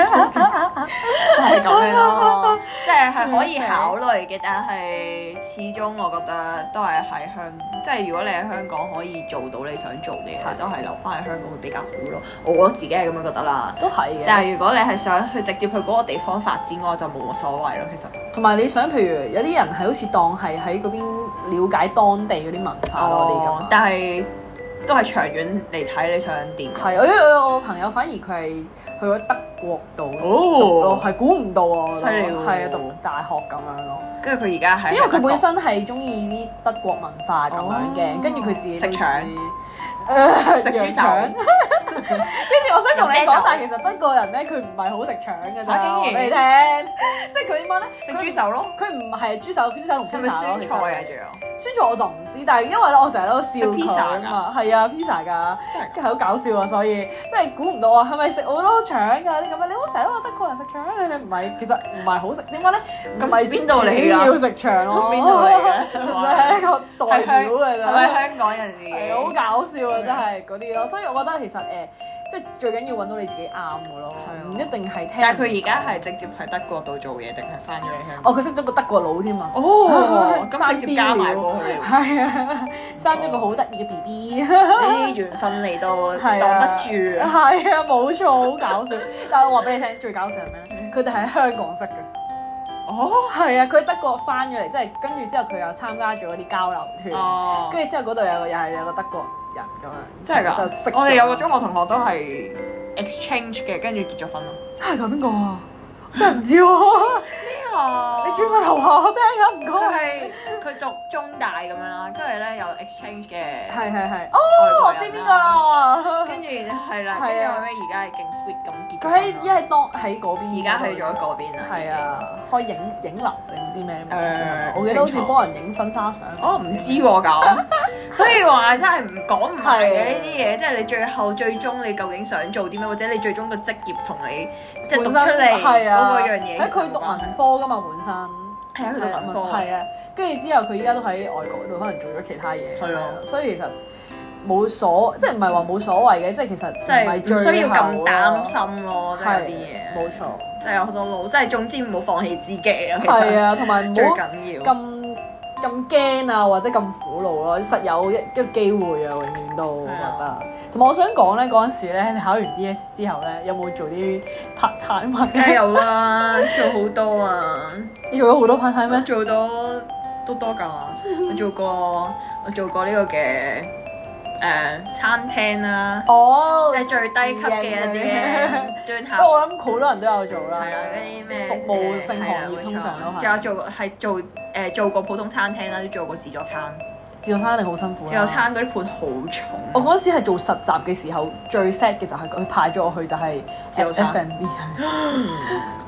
[SPEAKER 2] 就係咁 樣咯，即係係可以考慮嘅，但係始終我覺得都係喺香，即係如果你喺香港可以做到你想做嘅嘢，都係留翻喺香港會比較好咯。我自己係咁樣覺得啦。
[SPEAKER 1] 都係嘅。
[SPEAKER 2] 但係如果你係想去直接去嗰個地方發展，我就冇乜所謂咯。其實。
[SPEAKER 1] 同埋你想譬如有啲人係好似當係喺嗰邊了解當地嗰啲文啊化多啲㗎
[SPEAKER 2] 哦
[SPEAKER 1] 嘛，。
[SPEAKER 2] 但係都係長遠嚟睇你想點。
[SPEAKER 1] 係，我因為我有朋友反而佢係去咗德國度讀咯，
[SPEAKER 2] 哦，
[SPEAKER 1] 係估唔到啊！
[SPEAKER 2] 犀利喎
[SPEAKER 1] 係啊，讀大學咁樣咯。
[SPEAKER 2] 跟住佢而家係啊
[SPEAKER 1] 因為佢本身係中意啲德國文化咁樣
[SPEAKER 2] 哦
[SPEAKER 1] 嘅，跟住佢自己都
[SPEAKER 2] 食腸
[SPEAKER 1] 知，誒
[SPEAKER 2] 食
[SPEAKER 1] 羊
[SPEAKER 2] 豬
[SPEAKER 1] 腸。
[SPEAKER 2] 手
[SPEAKER 1] 跟住我想同你
[SPEAKER 2] 飲啤酒
[SPEAKER 1] 講，但係其實德國人咧，佢唔係好食腸嘅咋，
[SPEAKER 2] 啊
[SPEAKER 1] 我
[SPEAKER 2] 竟
[SPEAKER 1] 俾
[SPEAKER 2] 然
[SPEAKER 1] 你聽，即係佢點講咧？
[SPEAKER 2] 食豬手咯，
[SPEAKER 1] 佢唔係豬手，豬手
[SPEAKER 2] 係
[SPEAKER 1] 同
[SPEAKER 2] 咪
[SPEAKER 1] 披薩咯
[SPEAKER 2] 酸
[SPEAKER 1] 其
[SPEAKER 2] 菜
[SPEAKER 1] 實
[SPEAKER 2] 啊？仲
[SPEAKER 1] 酸
[SPEAKER 2] 有
[SPEAKER 1] 菜我就唔知，但係因為咧，我成日都笑
[SPEAKER 2] 食
[SPEAKER 1] 佢
[SPEAKER 2] pizza
[SPEAKER 1] 啊嘛，係啊，pizza 㗎
[SPEAKER 2] 真係
[SPEAKER 1] 跟
[SPEAKER 2] 㗎，
[SPEAKER 1] 住係好搞笑啊，所以即係估唔到啊，係咪食好多腸㗎？你咁樣，你好成日都話德國人食腸嘅，你唔係，其實唔係好食，點解咧？
[SPEAKER 2] 咁
[SPEAKER 1] 唔係
[SPEAKER 2] 邊度嚟㗎
[SPEAKER 1] 主要食腸咯，
[SPEAKER 2] 邊度嚟 嘅
[SPEAKER 1] 純粹係一個代表嘅
[SPEAKER 2] 係咪
[SPEAKER 1] 啫，
[SPEAKER 2] 香港人嚟
[SPEAKER 1] 係好
[SPEAKER 2] 嘅？
[SPEAKER 1] 搞笑啊，真係嗰啲咯，所以我覺得其實誒，即係最緊要揾到你自己啱嘅咯
[SPEAKER 2] 係啊，
[SPEAKER 1] 唔一定係聽。
[SPEAKER 2] 但係佢而家係直接喺德國度做嘢，定係翻咗嚟香港？
[SPEAKER 1] 哦，佢識咗個德國佬添啊！
[SPEAKER 2] 哦
[SPEAKER 1] 生
[SPEAKER 2] 咁直接
[SPEAKER 1] B
[SPEAKER 2] 加埋
[SPEAKER 1] 料
[SPEAKER 2] 過去了，
[SPEAKER 1] 係啊，生咗個好得意嘅 B B，
[SPEAKER 2] 呢啲緣分嚟到擋
[SPEAKER 1] 係啊，
[SPEAKER 2] 不住。
[SPEAKER 1] 係啊，冇錯，好搞 笑。但係我話俾你聽，最搞笑係咩咧？佢哋喺香港識嘅，
[SPEAKER 2] 嗯哦
[SPEAKER 1] 係啊，佢喺德國翻咗嚟，即係跟住之後佢又參加咗嗰啲交流團，
[SPEAKER 2] 哦，
[SPEAKER 1] 跟住之後嗰度有個又係有個德國人咁樣，
[SPEAKER 2] 真係㗎！
[SPEAKER 1] 就識咗
[SPEAKER 2] 我哋有個中學同學都係 exchange 嘅，跟住結咗婚咯。
[SPEAKER 1] 真係咁邊個啊？真係唔知喎，你轉個頭話我聽下，唔
[SPEAKER 2] 哦佢
[SPEAKER 1] 該。
[SPEAKER 2] 係佢讀中大咁樣啦，跟住咧有 exchange 嘅
[SPEAKER 1] 係係係，
[SPEAKER 2] 外
[SPEAKER 1] 哦，
[SPEAKER 2] 國
[SPEAKER 1] 我知邊
[SPEAKER 2] 人
[SPEAKER 1] 個
[SPEAKER 2] 啦。
[SPEAKER 1] 啦。
[SPEAKER 2] 跟住係係啦，跟
[SPEAKER 1] 係
[SPEAKER 2] 住
[SPEAKER 1] 啊
[SPEAKER 2] 後尾而家係勁 sweet 咁結咗
[SPEAKER 1] 佢喺
[SPEAKER 2] 婚
[SPEAKER 1] 一
[SPEAKER 2] 啦
[SPEAKER 1] 係當喺嗰邊，
[SPEAKER 2] 而家去咗。嗰邊啦，
[SPEAKER 1] 係啊，開影影樓定唔知咩名之
[SPEAKER 3] 誒
[SPEAKER 1] 後？我記得好似
[SPEAKER 3] 清楚
[SPEAKER 1] 幫人影婚紗相。啊
[SPEAKER 2] 我哦唔知 喎咁，所以話真係唔講唔係
[SPEAKER 1] 係
[SPEAKER 2] 嘅
[SPEAKER 1] 啊
[SPEAKER 2] 呢啲嘢，即係你最後最終你究竟想做啲咩，或者你最終個職業同你即係讀
[SPEAKER 1] 本
[SPEAKER 2] 出
[SPEAKER 1] 身
[SPEAKER 2] 嚟
[SPEAKER 1] 係
[SPEAKER 2] 嗰
[SPEAKER 1] 啊
[SPEAKER 2] 個樣嘢。
[SPEAKER 1] 喺佢讀文科噶嘛，本身。
[SPEAKER 2] 係啊，佢讀文科，
[SPEAKER 1] 係啊，跟住之後佢依家都喺外國度，可能做咗其他嘢，
[SPEAKER 3] 係啊
[SPEAKER 1] 所以其實冇所，即係唔係話冇所謂嘅，即係其實
[SPEAKER 2] 即係
[SPEAKER 1] 唔係
[SPEAKER 2] 唔
[SPEAKER 1] 最
[SPEAKER 2] 需要咁
[SPEAKER 1] 後咯啊
[SPEAKER 2] 擔，心咯，即係
[SPEAKER 1] 係
[SPEAKER 2] 有啲嘢，
[SPEAKER 1] 冇錯，
[SPEAKER 2] 即係有好多路，即係總之唔好放棄自己啊。其實
[SPEAKER 1] 係，啊，同埋唔
[SPEAKER 2] 最
[SPEAKER 1] 好
[SPEAKER 2] 緊要。
[SPEAKER 1] 咁咁驚啊，或者咁苦惱咯，實有一一個機會啊，永遠都我覺得。同埋我想講咧，嗰陣時咧，你考完 DS 之後咧，有冇做啲啊 part time 或者
[SPEAKER 2] 梗係有啦，做好多啊，
[SPEAKER 1] 你做咗好多 part time
[SPEAKER 2] 我
[SPEAKER 1] 咩？
[SPEAKER 2] 做好多都多㗎，我做過我做過呢個嘅誒、餐廳啦、
[SPEAKER 1] 哦
[SPEAKER 2] 即，係最低級嘅一啲嘅專
[SPEAKER 1] 不過
[SPEAKER 2] 校，
[SPEAKER 1] 我諗好多人都有做啦。
[SPEAKER 2] 係啦啊嗰啲咩
[SPEAKER 1] 服務性行業
[SPEAKER 2] 係啦
[SPEAKER 1] 通常都係
[SPEAKER 2] 冇錯仲有做過係做誒、做過普通餐廳啦，都做過自助餐，
[SPEAKER 1] 自助餐一定好辛苦啦。
[SPEAKER 2] 自助餐嗰啲盤好重。啊
[SPEAKER 1] 我嗰陣時係做實習嘅時候，最 sad 嘅就係佢派咗我去就係
[SPEAKER 2] 自助餐
[SPEAKER 1] F&B，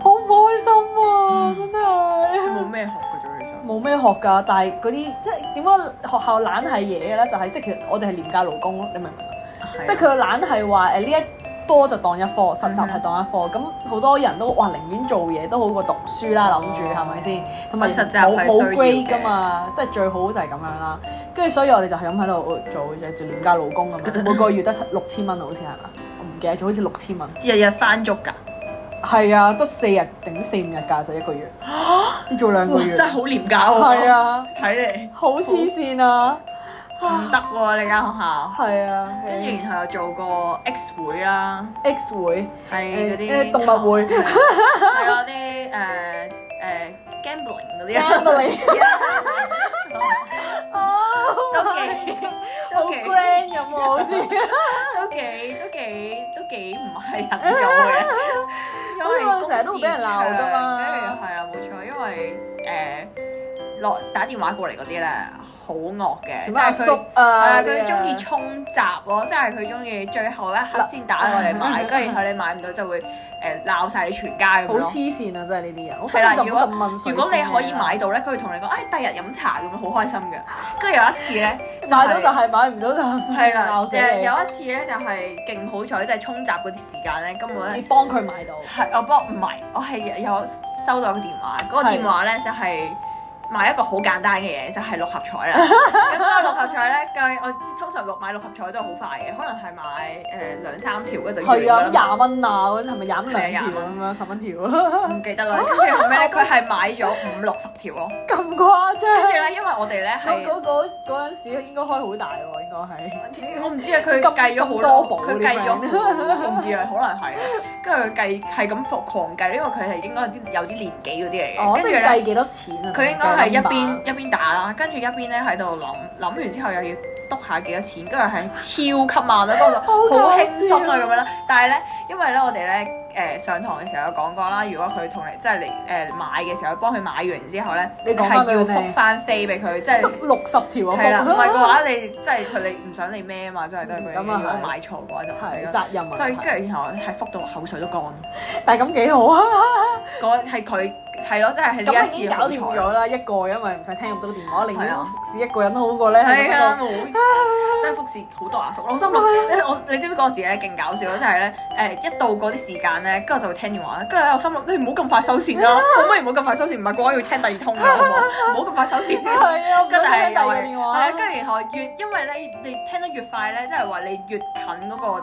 [SPEAKER 1] 好唔開心 啊！真係
[SPEAKER 2] 冇咩學嘅啫，其實。
[SPEAKER 1] 冇咩學㗎，但係嗰啲即係點解學校懶係嘢嘅咧？就係、即係其實我哋係廉價勞工咯，你明唔明啊？即係佢嘅懶係話誒呢一科就當一科，實習係當一科，咁好、多人都哇寧願做嘢都好過讀書啦，諗住係咪先？同埋
[SPEAKER 2] 實習
[SPEAKER 1] 冇
[SPEAKER 2] 係
[SPEAKER 1] 冇
[SPEAKER 2] 需要
[SPEAKER 1] grade
[SPEAKER 2] 嘅
[SPEAKER 1] 㗎嘛，即係最好就係咁樣啦。跟住所以我哋就係咁喺度做就做廉價勞工咁 樣，每個月得七六千蚊好似係嘛？我唔記得咗，好似六千蚊。
[SPEAKER 2] 日日翻足㗎，
[SPEAKER 1] 係啊，得四日頂四五日假就一個月，要做兩個
[SPEAKER 2] 哇！
[SPEAKER 1] 月
[SPEAKER 2] 真。係好廉價喎。
[SPEAKER 1] 係，啊，
[SPEAKER 2] 睇嚟
[SPEAKER 1] 好黐線啊！
[SPEAKER 2] 唔得喎，你間學校。
[SPEAKER 1] 係啊，
[SPEAKER 2] 跟住然後又做過 X 會啦，
[SPEAKER 1] X 會
[SPEAKER 2] 係
[SPEAKER 1] 誒誒
[SPEAKER 2] 嗰啲
[SPEAKER 1] 動物會
[SPEAKER 2] 係嗰啲誒誒 gambling 嗰啲啊
[SPEAKER 1] Gambling 好
[SPEAKER 2] 都幾都幾
[SPEAKER 1] grand 咁啊， 好似。
[SPEAKER 2] 都幾都幾都幾唔係人做 嘅，因為
[SPEAKER 1] 好似我哋成日都會俾人鬧㗎嘛
[SPEAKER 2] 公事場係啊，冇錯，因為誒落打電話過嚟嗰啲咧好惡嘅，即
[SPEAKER 1] 全部阿
[SPEAKER 2] 係
[SPEAKER 1] 叔
[SPEAKER 2] 佢。係
[SPEAKER 1] 啊，
[SPEAKER 2] 啊，佢中意衝閘咯，即係佢中意最後一刻先打過嚟
[SPEAKER 1] 嗯
[SPEAKER 2] 買，跟住然後你買唔到就會誒鬧晒你全家咁樣
[SPEAKER 1] 好
[SPEAKER 2] 咯
[SPEAKER 1] 黐。線啊！真係呢啲人，我
[SPEAKER 2] 係
[SPEAKER 1] 想
[SPEAKER 2] 啦，
[SPEAKER 1] 就唔
[SPEAKER 2] 如果
[SPEAKER 1] 好咁問水
[SPEAKER 2] 如果你
[SPEAKER 1] 先嘅
[SPEAKER 2] 可以買到咧，佢會同你講，哎，第日飲茶咁樣好開 心嘅。跟住有一次咧，
[SPEAKER 1] 買到就係買唔到就係
[SPEAKER 2] 係啦，
[SPEAKER 1] 鬧死
[SPEAKER 2] 誒
[SPEAKER 1] 你
[SPEAKER 2] 有一次咧就係勁好彩，即係衝閘嗰啲時間咧，根本
[SPEAKER 1] 你
[SPEAKER 2] 咧
[SPEAKER 1] 幫佢買到，
[SPEAKER 2] 係我幫唔係，我係有收到一個電話，嗰個
[SPEAKER 1] 係
[SPEAKER 2] 電話咧就係。買一個好簡單嘅嘢，就係、六合彩 啦。咁啊，六合彩咧，計我通常六買六合彩都係好快嘅，可能係買誒、兩三條嗰就完
[SPEAKER 1] 係啊，咁
[SPEAKER 2] 㗎啦
[SPEAKER 1] 廿蚊啊，嗰啲係咪廿蚊兩條
[SPEAKER 2] 係啊
[SPEAKER 1] 咁樣，十蚊條，
[SPEAKER 2] 唔記得啦。跟住後尾咧，佢係買咗五六十條咯。
[SPEAKER 1] 咁誇
[SPEAKER 2] 跟住
[SPEAKER 1] 張？
[SPEAKER 2] 咧，因為我哋咧
[SPEAKER 1] 嗰
[SPEAKER 2] 係。
[SPEAKER 1] 嗰嗰嗰陣時應該開好大喎，應該係。
[SPEAKER 2] 我唔知啊，佢
[SPEAKER 1] 咁
[SPEAKER 2] 計咗
[SPEAKER 1] 咁
[SPEAKER 2] 好
[SPEAKER 1] 多寶
[SPEAKER 2] 多步，佢
[SPEAKER 1] 啲
[SPEAKER 2] 計咗好
[SPEAKER 1] friend
[SPEAKER 2] 我唔知啊，可能係啊。跟住佢計係咁狂狂計，因為佢係應該有啲有啲年紀嗰啲嚟
[SPEAKER 1] 哦，
[SPEAKER 2] 嘅。跟
[SPEAKER 1] 即
[SPEAKER 2] 住
[SPEAKER 1] 係
[SPEAKER 2] 咧，
[SPEAKER 1] 計幾多錢啊？
[SPEAKER 2] 佢應該係一邊
[SPEAKER 1] 計
[SPEAKER 2] 一邊打啦，跟住一邊咧喺度諗諗完之後又要篤下幾多錢，跟住係超級慢啊啦，嗰個
[SPEAKER 1] 搞
[SPEAKER 2] 好
[SPEAKER 1] 笑
[SPEAKER 2] 輕鬆啊咁樣啦。但係咧，因為咧我哋咧誒上堂嘅時候有講過啦，如果佢同你即係你誒買嘅時候，幫佢買完之後咧，
[SPEAKER 1] 你講
[SPEAKER 2] 係
[SPEAKER 1] 返俾
[SPEAKER 2] 要
[SPEAKER 1] 佢聽
[SPEAKER 2] 覆翻飛俾佢，即係
[SPEAKER 1] 十。六十條啊，
[SPEAKER 2] 係啦，唔係嘅
[SPEAKER 1] 係
[SPEAKER 2] 話你即係佢哋唔想你孭啊嘛，即係都係佢。
[SPEAKER 1] 咁
[SPEAKER 2] 咁
[SPEAKER 1] 啊
[SPEAKER 2] 啊，
[SPEAKER 1] 係
[SPEAKER 2] 如果買錯嘅話就係
[SPEAKER 1] 係
[SPEAKER 2] 啦。
[SPEAKER 1] 責任
[SPEAKER 2] 所以
[SPEAKER 1] 問題，
[SPEAKER 2] 跟住然後係覆到口水都乾，
[SPEAKER 1] 但係咁幾好啊！
[SPEAKER 2] 嗰係佢係咯，即係係呢
[SPEAKER 1] 咁啊
[SPEAKER 2] 一
[SPEAKER 1] 已
[SPEAKER 2] 次
[SPEAKER 1] 經搞掂
[SPEAKER 2] 好彩
[SPEAKER 1] 咗啦，一個因為唔使聽咁多電話，寧
[SPEAKER 2] 係
[SPEAKER 1] 願
[SPEAKER 2] 啊
[SPEAKER 1] 服侍一個人都好過咧。喺
[SPEAKER 2] 係
[SPEAKER 1] 度
[SPEAKER 2] 啊，冇真係服侍好多阿叔。我心
[SPEAKER 1] 啊
[SPEAKER 2] 諗，你我你知唔知嗰陣時咧勁搞笑咯？就係咧誒一到嗰啲時間咧，跟住我就會聽電話啦。跟住我心諗，你唔好咁快收線
[SPEAKER 1] 啊
[SPEAKER 2] 啦，可唔可以唔好咁快收線？唔係嘅話要聽第二通啊啦，好唔 好？唔好咁快收線。
[SPEAKER 1] 係啊，我唔
[SPEAKER 2] 跟
[SPEAKER 1] 想
[SPEAKER 2] 住
[SPEAKER 1] 聽
[SPEAKER 2] 係
[SPEAKER 1] 第二個
[SPEAKER 2] 我
[SPEAKER 1] 電
[SPEAKER 2] 係
[SPEAKER 1] 話
[SPEAKER 2] 啊，。跟住然後越因為咧，你聽得越快咧，即係話你越近嗰、個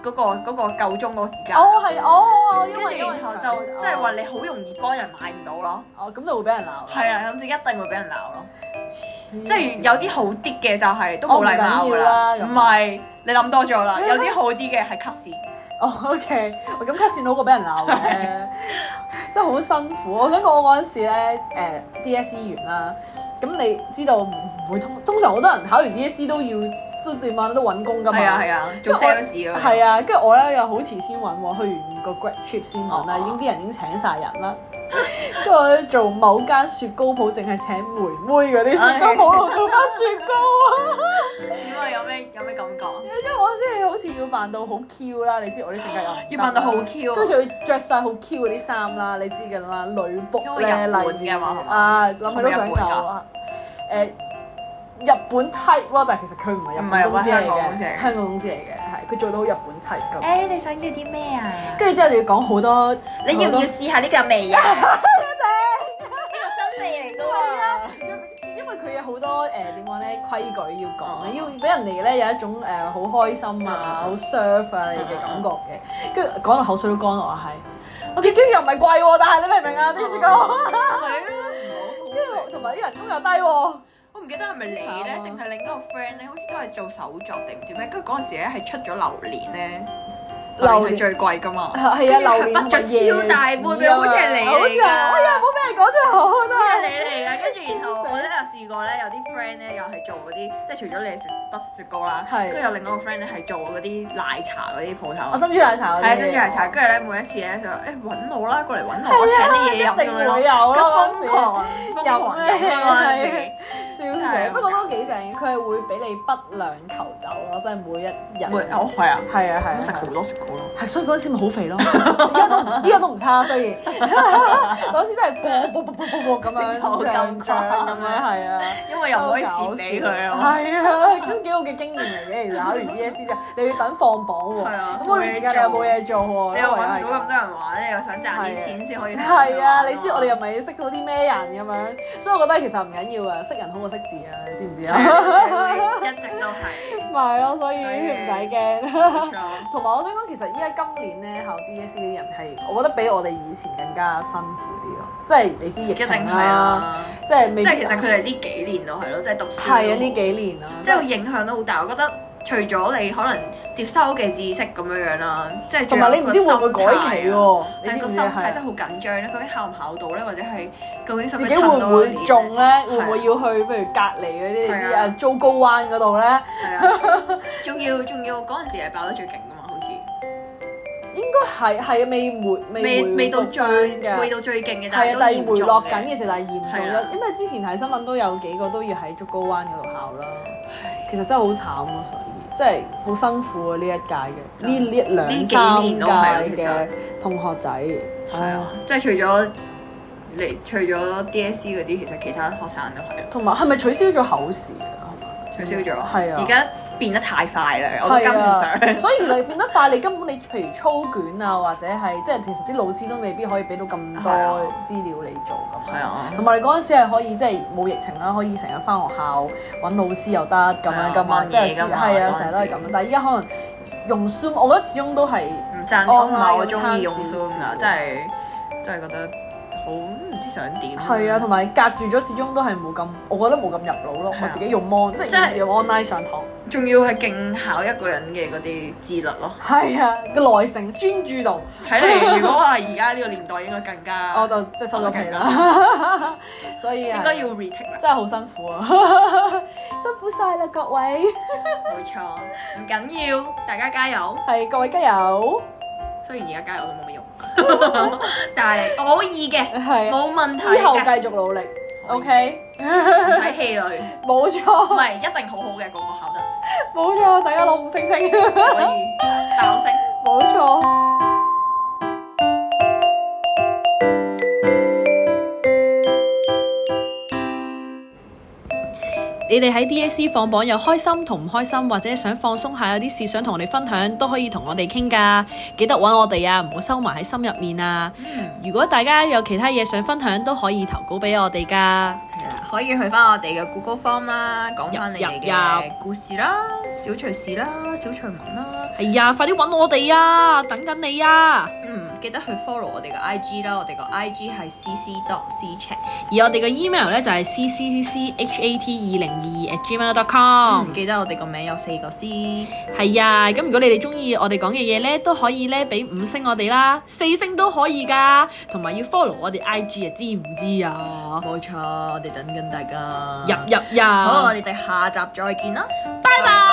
[SPEAKER 2] 嗰、個嗰、個夠鐘嗰個時間。啊
[SPEAKER 1] 哦，係哦，因
[SPEAKER 2] 跟
[SPEAKER 1] 為
[SPEAKER 2] 住然後就即係話你好容易幫人買唔到咯。
[SPEAKER 1] 哦，咁就會俾人鬧。
[SPEAKER 2] 係啊，咁就一定會俾人鬧咯。
[SPEAKER 1] 即
[SPEAKER 2] 即係有啲好啲嘅就係都冇禮貌
[SPEAKER 1] 哦唔緊要
[SPEAKER 2] 㗎
[SPEAKER 1] 啦
[SPEAKER 2] 啦，唔
[SPEAKER 1] 咁
[SPEAKER 2] 係啊你諗多咗啦。有啲好啲嘅係 cut 線，
[SPEAKER 1] 哦，OK，我咁 cut 線好過俾人鬧嘅，真係好辛苦。我想講我嗰陣時咧，誒 DSE 完啦，咁你知道唔會通，通常好多人考完 DSE 都要都點啊都揾工㗎嘛。
[SPEAKER 2] 係啊係
[SPEAKER 1] 啊。
[SPEAKER 2] 啊，做
[SPEAKER 1] 因為我
[SPEAKER 2] sales 嗰啲
[SPEAKER 1] 係啊，跟住我咧又好遲先揾喎，去完個 grad trip 先揾啦，
[SPEAKER 2] 哦
[SPEAKER 1] 已經啲人已經請晒人啦。 跟住我做某間雪糕鋪，淨係請妹妹嗰啲雪糕鋪攞到包雪糕啊！
[SPEAKER 2] 點啊？有咩有咩感覺？
[SPEAKER 1] 因為我真係好似似要扮到好 Q 啦，你知我啲性格又唔得
[SPEAKER 2] 要扮到好
[SPEAKER 1] 啦
[SPEAKER 2] Q
[SPEAKER 1] 跟
[SPEAKER 2] 啊
[SPEAKER 1] 住！佢着晒好 Q 嗰啲衫啦，你知㗎啦，女仆
[SPEAKER 2] 因為
[SPEAKER 1] 咧，
[SPEAKER 2] 日本
[SPEAKER 1] 例如
[SPEAKER 2] 㗎嘛係嘛
[SPEAKER 1] 啊，諗起都想
[SPEAKER 2] 係咪日本
[SPEAKER 1] 嘔啊！誒，日本 type 咯，但係其實佢唔係日
[SPEAKER 2] 唔係
[SPEAKER 1] 本
[SPEAKER 2] 喎
[SPEAKER 1] 公司嚟
[SPEAKER 2] 香港公司嚟
[SPEAKER 1] 嘅，
[SPEAKER 2] 嘅
[SPEAKER 1] 香港公司嚟嘅，係佢做到好日本 type 咁。
[SPEAKER 2] 誒，你想要啲咩啊？
[SPEAKER 1] 跟住之後你要講好多，
[SPEAKER 2] 你
[SPEAKER 1] 好
[SPEAKER 2] 要唔要
[SPEAKER 1] 多
[SPEAKER 2] 試下呢個味啊？ 呢個新味嚟㗎喎！
[SPEAKER 1] 因為佢有好多誒點講咧規矩要講，要俾人哋咧有一種誒好開心啊、好 serve 啊你嘅感覺嘅，跟住講到口水都乾落係。我嘅經又唔係貴喎，但係你明唔明啊？啲雪糕，
[SPEAKER 2] 啊
[SPEAKER 1] 跟住同埋啲人工又低喎。
[SPEAKER 2] 我唔記得係咪你
[SPEAKER 1] 好慘
[SPEAKER 2] 咧
[SPEAKER 1] 啊，
[SPEAKER 2] 定係另一個 friend 咧，好似都係做手作定唔知咩？跟住嗰陣時咧係出咗榴蓮咧，榴蓮係最貴㗎嘛。
[SPEAKER 1] 係啊，榴蓮
[SPEAKER 2] 跟住係不著超大杯俾我好似係你嚟㗎
[SPEAKER 1] 好似係，哎呀，冇俾人講最好
[SPEAKER 2] 咩
[SPEAKER 1] 啦。
[SPEAKER 2] 你嚟啦？跟住然後我咧有試過咧，有啲 friend 咧又係做嗰啲，即係除咗你係食不雪糕啦，
[SPEAKER 1] 係
[SPEAKER 2] 跟住有另外一個 friend 咧係做嗰啲奶茶嗰啲鋪頭
[SPEAKER 1] 我
[SPEAKER 2] 啊。
[SPEAKER 1] 珍珠奶茶嗰啲
[SPEAKER 2] 係啊，啊跟住奶茶，跟住咧每一次咧就誒揾我啦，過嚟揾我，我請你嘢飲
[SPEAKER 1] 一定
[SPEAKER 2] 咁樣咯
[SPEAKER 1] 會有
[SPEAKER 2] 跟
[SPEAKER 1] 咯，
[SPEAKER 2] 瘋狂瘋狂
[SPEAKER 1] 有咩
[SPEAKER 2] 飲啊嗰陣時
[SPEAKER 1] 係啊笑死。不過都幾正，佢係會俾你不良求酒咯，即係每一日。
[SPEAKER 2] 會哦係啊，
[SPEAKER 1] 係啊係啊，
[SPEAKER 2] 食好多雪糕咯。
[SPEAKER 1] 係，所以嗰陣時咪好肥咯，依家都唔依家都唔差，雖然嗰陣時真係啵啵啵啵啵啵咁樣
[SPEAKER 2] 有咁誇
[SPEAKER 1] 脹咁樣係啊，
[SPEAKER 2] 因為又唔可以蝕俾佢啊！
[SPEAKER 1] 係啊，都幾好嘅經驗嚟嘅。其實考完 DSE 之後，你要等放榜喎，
[SPEAKER 2] 係啊
[SPEAKER 1] 咁嗰段時間你又冇嘢做喎，
[SPEAKER 2] 你又
[SPEAKER 1] 因為
[SPEAKER 2] 揾
[SPEAKER 1] 係
[SPEAKER 2] 唔到咁多人玩咧，又想賺啲錢先可以。
[SPEAKER 1] 係啊，你知我哋又咪要識到啲咩人咁樣，所以我覺得其實唔緊要啊，識人好過識字啊，你知唔知啊？
[SPEAKER 2] 一直都係
[SPEAKER 1] 咪係咯，所以
[SPEAKER 2] 所以
[SPEAKER 1] 唔使
[SPEAKER 2] 冇
[SPEAKER 1] 驚。
[SPEAKER 2] 錯。
[SPEAKER 1] 同埋我想講，其實依家今年咧考 DSE 啲人係，我覺得比我哋以前更加辛苦啲咯。即係你知疫
[SPEAKER 2] 一定
[SPEAKER 1] 情
[SPEAKER 2] 係
[SPEAKER 1] 啦，
[SPEAKER 2] 啦，
[SPEAKER 1] 即係未必
[SPEAKER 2] 即係其實佢哋呢幾年咯，係咯，即係讀書
[SPEAKER 1] 係啊呢幾年啦，
[SPEAKER 2] 即係影響都好大。我覺得除咗你可能接收嘅知識咁樣樣啦，即係
[SPEAKER 1] 同埋你唔知會唔會改期
[SPEAKER 2] 喎？
[SPEAKER 1] 喎？你
[SPEAKER 2] 但
[SPEAKER 1] 知
[SPEAKER 2] 係啊個
[SPEAKER 1] 唔知啊
[SPEAKER 2] 心態真
[SPEAKER 1] 係
[SPEAKER 2] 係好緊張咧，究竟考唔考到咧，或者係究竟使唔
[SPEAKER 1] 自
[SPEAKER 2] 使
[SPEAKER 1] 己
[SPEAKER 2] 褪
[SPEAKER 1] 會
[SPEAKER 2] 多
[SPEAKER 1] 唔會
[SPEAKER 2] 一年
[SPEAKER 1] 中
[SPEAKER 2] 呢？
[SPEAKER 1] 咧？會唔會要去譬如隔離嗰啲你知
[SPEAKER 2] 係
[SPEAKER 1] 啊
[SPEAKER 2] 啊
[SPEAKER 1] 糟糕灣嗰度咧？
[SPEAKER 2] 係啊，仲要仲要嗰陣時係爆得最勁噶嘛，好似
[SPEAKER 1] 應該係係未回
[SPEAKER 2] 未
[SPEAKER 1] 回
[SPEAKER 2] 未到
[SPEAKER 1] 復
[SPEAKER 2] 最
[SPEAKER 1] 返嘅
[SPEAKER 2] 未到最勁嘅，
[SPEAKER 1] 係啊，
[SPEAKER 2] 係
[SPEAKER 1] 但係
[SPEAKER 2] 都嚴
[SPEAKER 1] 回
[SPEAKER 2] 重
[SPEAKER 1] 落緊
[SPEAKER 2] 嘅
[SPEAKER 1] 嘅時候，但係嚴重
[SPEAKER 2] 係啦
[SPEAKER 1] 咗，因為之前睇新聞都有幾個都要喺竹篙灣嗰度考啦。其實真係好慘咯，所以即係好辛苦啊！呢一屆嘅呢呢一兩
[SPEAKER 2] 呢幾
[SPEAKER 1] 三
[SPEAKER 2] 年都係啊
[SPEAKER 1] 屆
[SPEAKER 2] 其
[SPEAKER 1] 嘅
[SPEAKER 2] 實
[SPEAKER 1] 同學仔，係啊，
[SPEAKER 2] 即係除咗你除咗 DSE 嗰啲，其實其他學生都係。
[SPEAKER 1] 同埋係咪取消咗口試啊？
[SPEAKER 2] 取消咗，
[SPEAKER 1] 係啊
[SPEAKER 2] 而家變得太快啦，我都
[SPEAKER 1] 係
[SPEAKER 2] 跟唔
[SPEAKER 1] 啊
[SPEAKER 2] 上。，
[SPEAKER 1] 所以其實變得快，你根本你譬如操卷啊，或者係即係其實啲老師都未必可以俾到咁多
[SPEAKER 2] 係啊
[SPEAKER 1] 資料你做咁。
[SPEAKER 2] 係啊
[SPEAKER 1] 同埋你嗰陣時係可以即係冇疫情啦，可以成日翻學校揾老師又得咁樣噶嘛，
[SPEAKER 2] 係啊
[SPEAKER 1] 即係
[SPEAKER 2] 玩嘢㗎嘛
[SPEAKER 1] 係啊，
[SPEAKER 2] 嗰
[SPEAKER 1] 成
[SPEAKER 2] 陣時
[SPEAKER 1] 日都係咁樣。但係依家可能用 Zoom，我覺得始終都係
[SPEAKER 2] 唔贊同啦，我中意用 Zoom 啊，真係真係覺得好唔知想點。
[SPEAKER 1] 係啊，同埋隔住咗，始終都係冇咁，我覺得冇咁入腦咯。
[SPEAKER 2] 嗯係啊
[SPEAKER 1] 我自己用 mon，即
[SPEAKER 2] 即
[SPEAKER 1] 係
[SPEAKER 2] 係
[SPEAKER 1] 用 online 上堂。
[SPEAKER 2] 仲要係勁考一個人嘅嗰啲自律 咯。
[SPEAKER 1] 係啊，個耐性、專注度，
[SPEAKER 2] 睇嚟，如果話而家呢個年代應該更加，
[SPEAKER 1] 我就即係收咗皮啦。 所以啊
[SPEAKER 2] 應該要 retake 啦。
[SPEAKER 1] 真係好辛苦啊， 辛苦晒啦各位，
[SPEAKER 2] 冇錯，唔緊要，大家加油。
[SPEAKER 1] 係各位加油，
[SPEAKER 2] 雖然而家加油都冇 乜用，但係可以 嘅，
[SPEAKER 1] 係啊
[SPEAKER 2] 冇問題
[SPEAKER 1] 之後繼
[SPEAKER 2] 嘅，
[SPEAKER 1] 續努力，OK。
[SPEAKER 2] 唔使氣餒。
[SPEAKER 1] 冇
[SPEAKER 2] 唔
[SPEAKER 1] 錯，
[SPEAKER 2] 係一定好好嘅，個個考得
[SPEAKER 1] 冇錯，大家攞五星星，
[SPEAKER 2] 可以爆升。
[SPEAKER 1] 冇錯。你哋喺 DSE 放榜又開心同唔開心，或者想放鬆下，有啲事想同我哋分享，都可以同我哋傾㗎。記得揾我哋啊，唔好收埋喺心入面啊。如果大家有其他嘢想分享，都可以投稿俾我哋㗎。
[SPEAKER 2] 係啦，可以去翻我哋嘅 Google Form 啦，講翻你哋
[SPEAKER 1] 入
[SPEAKER 2] 嘅故事啦、小趣事啦、小趣聞啦。
[SPEAKER 1] 係哎呀，快啲揾我哋啊！等緊你啊！
[SPEAKER 2] 嗯，記得去 follow 我哋嘅 IG 啦，我哋個 IG 係 cc dot c check。
[SPEAKER 1] 而我哋嘅 email 咧就係 c c c c h a t 二零二二 at gmail dot com
[SPEAKER 2] 唔。記得我哋個名有四個 C。
[SPEAKER 1] 係啊，咁如果你哋中意我哋講嘅嘢咧，都可以咧俾五星我哋啦，四星都可以噶，同埋要 follow 我哋 IG 啊，知唔知啊？
[SPEAKER 2] 冇錯，我哋等緊大家
[SPEAKER 1] 入入入，
[SPEAKER 2] 好，我哋哋下集再見啦，
[SPEAKER 1] 拜拜。